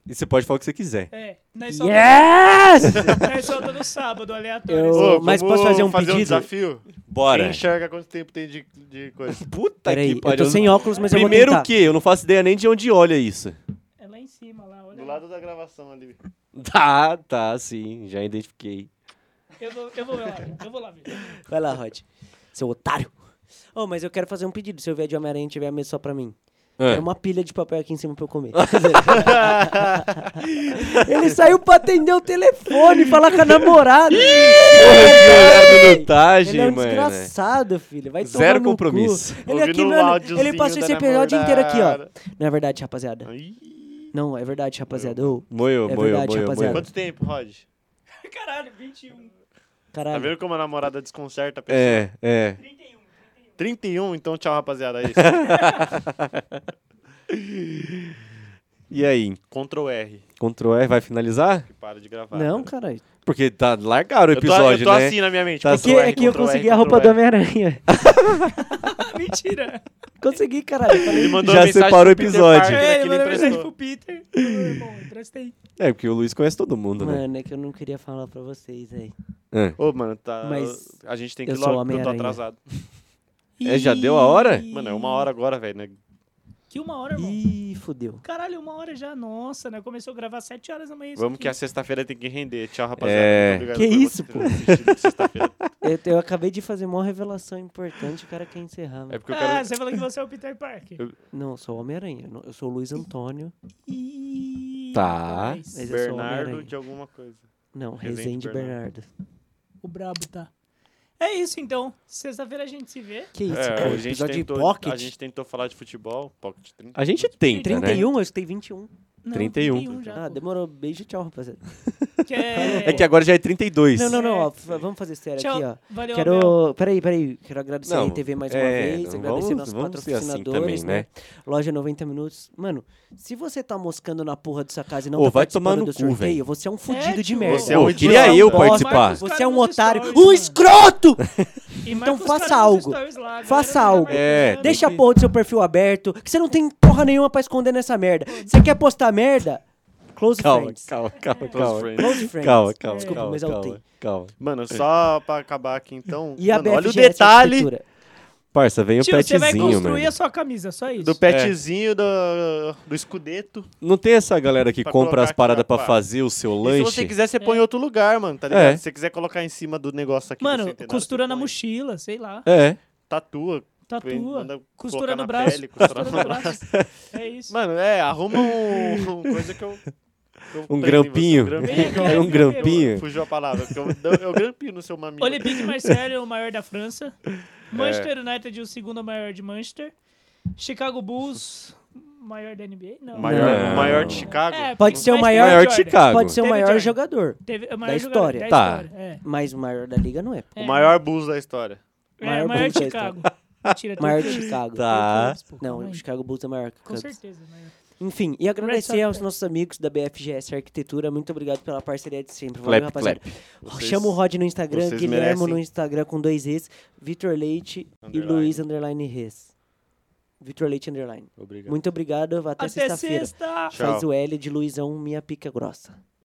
S1: E você pode falar o que você quiser.
S4: É, nós só
S1: Tá
S2: Yes!
S4: nós só todo sábado, aleatório.
S2: Eu- Ô, mas
S3: vamos
S2: posso fazer um pedido?
S3: desafio?
S1: Bora.
S3: Quem enxerga quanto tempo tem de, de coisa?
S1: Puta
S2: Peraí,
S1: que
S2: eu
S1: pariu.
S2: tô sem óculos, mas
S1: Primeiro
S2: eu vou tentar.
S1: que eu não faço ideia nem de onde olha isso.
S4: É lá em cima, lá, olha.
S3: Do
S4: lá.
S3: lado da gravação ali.
S1: Tá, tá, sim. Já identifiquei.
S4: Eu vou, eu vou lá, eu vou lá ver.
S2: Vai lá, Rod. Seu otário. Oh, mas eu quero fazer um pedido. Se eu vier de Homem-Aranha e tiver a mesa só pra mim. É
S1: Ah.
S2: uma pilha de papel aqui em cima pra eu comer. Ele saiu pra atender o telefone, falar com a namorada.
S1: Cara, minutagem,
S2: Ele é um
S1: mano. né?
S2: desgraçado, filho. Vai tomar
S1: Zero
S2: no cu.
S1: compromisso.
S2: Ele aqui,
S3: Ouvindo o
S2: mano,
S3: áudiozinho
S2: ele passou
S3: da
S2: esse episódio inteiro
S3: namorada.
S2: aqui, ó. Não é verdade, rapaziada.
S3: Ai.
S2: Não, é verdade, rapaziada. Ô,
S1: Moeu,
S2: É
S1: moeu,
S2: verdade,
S1: moeu,
S2: rapaziada.
S1: moeu.
S3: Quanto tempo, Rod?
S4: Caralho, 21,
S3: Tá
S2: caralho.
S3: vendo como a namorada desconcerta a pessoa?
S1: É, é.
S4: 31.
S3: 31, então tchau, rapaziada. É isso.
S1: E aí?
S3: Ctrl R,
S1: Ctrl R vai finalizar?
S3: que para de gravar.
S2: Não, caralho.
S1: Porque tá largaram o
S3: Eu tô-
S1: episódio,
S3: eu tô,
S1: né?
S3: assim na minha mente.
S1: Tá
S2: É que,
S3: Ctrl R,
S2: é que eu
S3: Ctrl R,
S2: consegui a roupa
S3: Ctrl
S2: do
S3: R.
S2: Homem-Aranha.
S1: Ah,
S4: Mentira.
S2: Consegui, caralho.
S3: Ele mandou
S1: Já
S3: mensagem
S1: separou o
S3: pro Peter
S1: episódio.
S3: Parker,
S4: É, ele
S3: que
S4: mandou
S3: emprestou.
S4: mensagem pro Peter. Falou, irmão, emprestei.
S1: É, porque o Luiz conhece todo mundo, né?
S2: Mano, é que eu não queria falar pra vocês aí.
S1: É.
S3: Ô, mano, tá.
S2: Mas
S3: a gente tem que
S2: eu
S3: ir
S2: sou
S3: logo, porque eu tô
S2: Homem-Aranha.
S3: atrasado.
S1: É, já deu a hora?
S4: Ih,
S3: Mano, é uma hora agora, velho. Né?
S4: Que uma hora, irmão?
S2: Ih, fudeu.
S4: Caralho, uma hora já. Nossa, né? Começou a gravar sete horas da manhã. isso
S3: Vamos
S4: aqui.
S3: que é assim, a sexta-feira tem que render. Tchau, rapaziada.
S1: É.
S3: Muito obrigado
S2: Que
S3: por
S2: isso,
S3: vocês
S2: pô?
S3: terem assistido sexta-feira.
S2: Eu, eu acabei de fazer uma revelação importante, o cara quer encerrar.
S3: É
S2: Mano.
S3: porque eu
S4: Ah,
S3: quero.
S4: você falou que você é o Peter Parker.
S3: Eu-
S2: Não, eu sou o Homem-Aranha. eu não- Eu sou o Luiz Antônio.
S4: Ih,
S1: Tá.
S4: rapaz,
S2: Mas eu sou o
S3: Bernardo
S2: Homem-Aranha.
S3: de alguma coisa.
S2: Não,
S3: Rezende
S2: Rezende Bernardo.
S4: O brabo tá. É isso então. Sexta-feira a gente se vê.
S2: Que isso,
S3: É,
S2: cara?
S3: a, gente
S2: Episódio de
S3: tentou,
S2: Pocket?
S3: a gente tentou falar de futebol. Pocket 30.
S1: A gente tenta, né?
S2: 31, eu escutei 21.
S4: Não,
S1: 31.
S4: já.
S2: Ah,
S4: pô.
S2: demorou. Beijo, tchau, rapaziada.
S4: Que é...
S1: É que agora já é 32.
S2: Não, não, não. ó,
S4: Certo.
S2: vamos fazer sério
S4: Tchau.
S2: aqui, ó.
S4: Valeu, Abel.
S2: Quero. Peraí, peraí. Quero agradecer
S1: Não,
S2: a RTV mais uma
S1: é,
S2: vez.
S1: não
S2: Agradecer
S1: vamos-
S2: nossos
S1: vamos ser assim
S2: patrocinadores,
S1: também,
S2: né?
S1: né?
S2: Loja 90 Minutos. Mano, se você tá moscando na porra dessa casa e não
S1: Ô,
S2: tá
S1: vai
S2: participando
S1: tomar no
S2: do
S1: cu,
S2: sorteio,
S1: velho.
S2: você é um fudido
S4: É,
S2: de
S4: tio.
S2: merda.
S3: Você é um
S1: Ô,
S3: idiota.
S1: queria eu
S4: Marcos,
S1: participar.
S4: Marcos.
S2: Você é um
S4: Cara, nos
S2: otário.
S4: stories,
S2: um
S4: mano.
S2: escroto!
S4: E marca
S2: então
S4: os
S2: faça
S4: caras nos
S2: algo.
S4: stories lá, a
S2: Faça
S4: galera
S2: algo.
S4: vai
S1: É,
S4: marcando.
S2: Deixa a
S1: que-
S2: porra do seu perfil aberto, que você não tem porra nenhuma pra esconder nessa merda. Você quer postar merda? Close
S1: Calma,
S2: friends.
S1: calma, calma,
S3: Close
S1: calma.
S3: friends.
S2: Close friends.
S1: Calma, calma,
S2: Desculpa,
S1: calma,
S2: mas é
S1: calma,
S2: altei.
S1: calma.
S3: Mano, só pra acabar aqui então.
S2: E a
S3: mano, olha o
S2: BFGS
S3: detalhe
S2: Arquitetura.
S1: Parça, vem o
S4: Tio, você vai
S1: petzinho,
S4: construir
S1: mano.
S4: a sua camisa, só
S2: É.
S4: isso.
S3: do petzinho, do, do escudeto.
S1: Não tem essa galera que
S3: Pra
S1: compra
S3: colocar
S1: as
S3: aqui
S1: paradas
S3: na
S1: pra
S3: pá.
S1: fazer o seu
S3: E
S1: lanche?
S3: se você quiser, você
S2: É.
S3: põe em outro lugar, mano, tá
S1: É.
S3: ligado? Se você quiser colocar em cima do negócio aqui.
S4: Mano,
S3: sem ter nada,
S4: costura
S3: você
S4: na
S3: põe.
S4: mochila, sei lá.
S1: É.
S3: Tatua. põe-
S4: Tatua.
S3: manda
S4: Costura
S3: colocar
S4: no
S3: na
S4: braço.
S3: pele,
S4: costura
S3: costura
S4: no
S3: na-
S4: braço. É isso.
S3: Mano, é, arruma um, um coisa que eu. que eu
S1: Um
S3: prendo em
S1: grampinho.
S3: você, um
S4: É,
S3: grampinho.
S1: É um grampinho.
S3: Fugiu a palavra. porque Eu, eu, eu grampinho no seu mamilo.
S4: Olympique Marseille é o maior da França. Manchester United é o segundo maior de Manchester. Chicago Bulls, maior da NBA? Não.
S1: Não.
S3: Maior, maior de Chicago.
S4: É,
S2: Pode
S4: mas
S2: ser o
S4: teve
S2: maior-
S1: Maior de
S4: Jordan.
S1: Chicago.
S2: Pode ser o
S4: David
S2: maior
S4: Jordan.
S2: jogador,
S4: Teve, é o
S2: Da
S4: maior
S2: história.
S4: jogador, da
S1: Tá.
S4: história. É.
S2: mas o maior da liga não é.
S4: É.
S3: O maior bus da história.
S4: É,
S2: maior
S4: maior, maior
S2: Bulls da
S4: de Chicago. Tira
S2: O maior de Chicago.
S1: Tá.
S2: Não, o
S4: Chicago.
S2: Chicago Bulls é maior que o
S4: Com
S2: Cubs.
S4: certeza. maior.
S2: Enfim, e agradecer
S4: Red Sox,
S2: aos
S4: né?
S2: nossos amigos da BFGS Arquitetura. Muito obrigado pela parceria de sempre. Valeu,
S1: Clap,
S2: rapaziada.
S3: Vocês-
S2: Chama o Rod no Instagram,
S3: vocês
S2: Guilhermo
S3: merecem.
S2: no Instagram com dois R's, Vitor Leite e
S3: Underline.
S2: Luiz Underline Rez. Vitor Leite Underline.
S3: Obrigado.
S2: Muito obrigado, até,
S4: Até
S2: sexta-feira.
S4: sexta!
S3: Tchau.
S2: Faz o L de Luizão, minha pica grossa.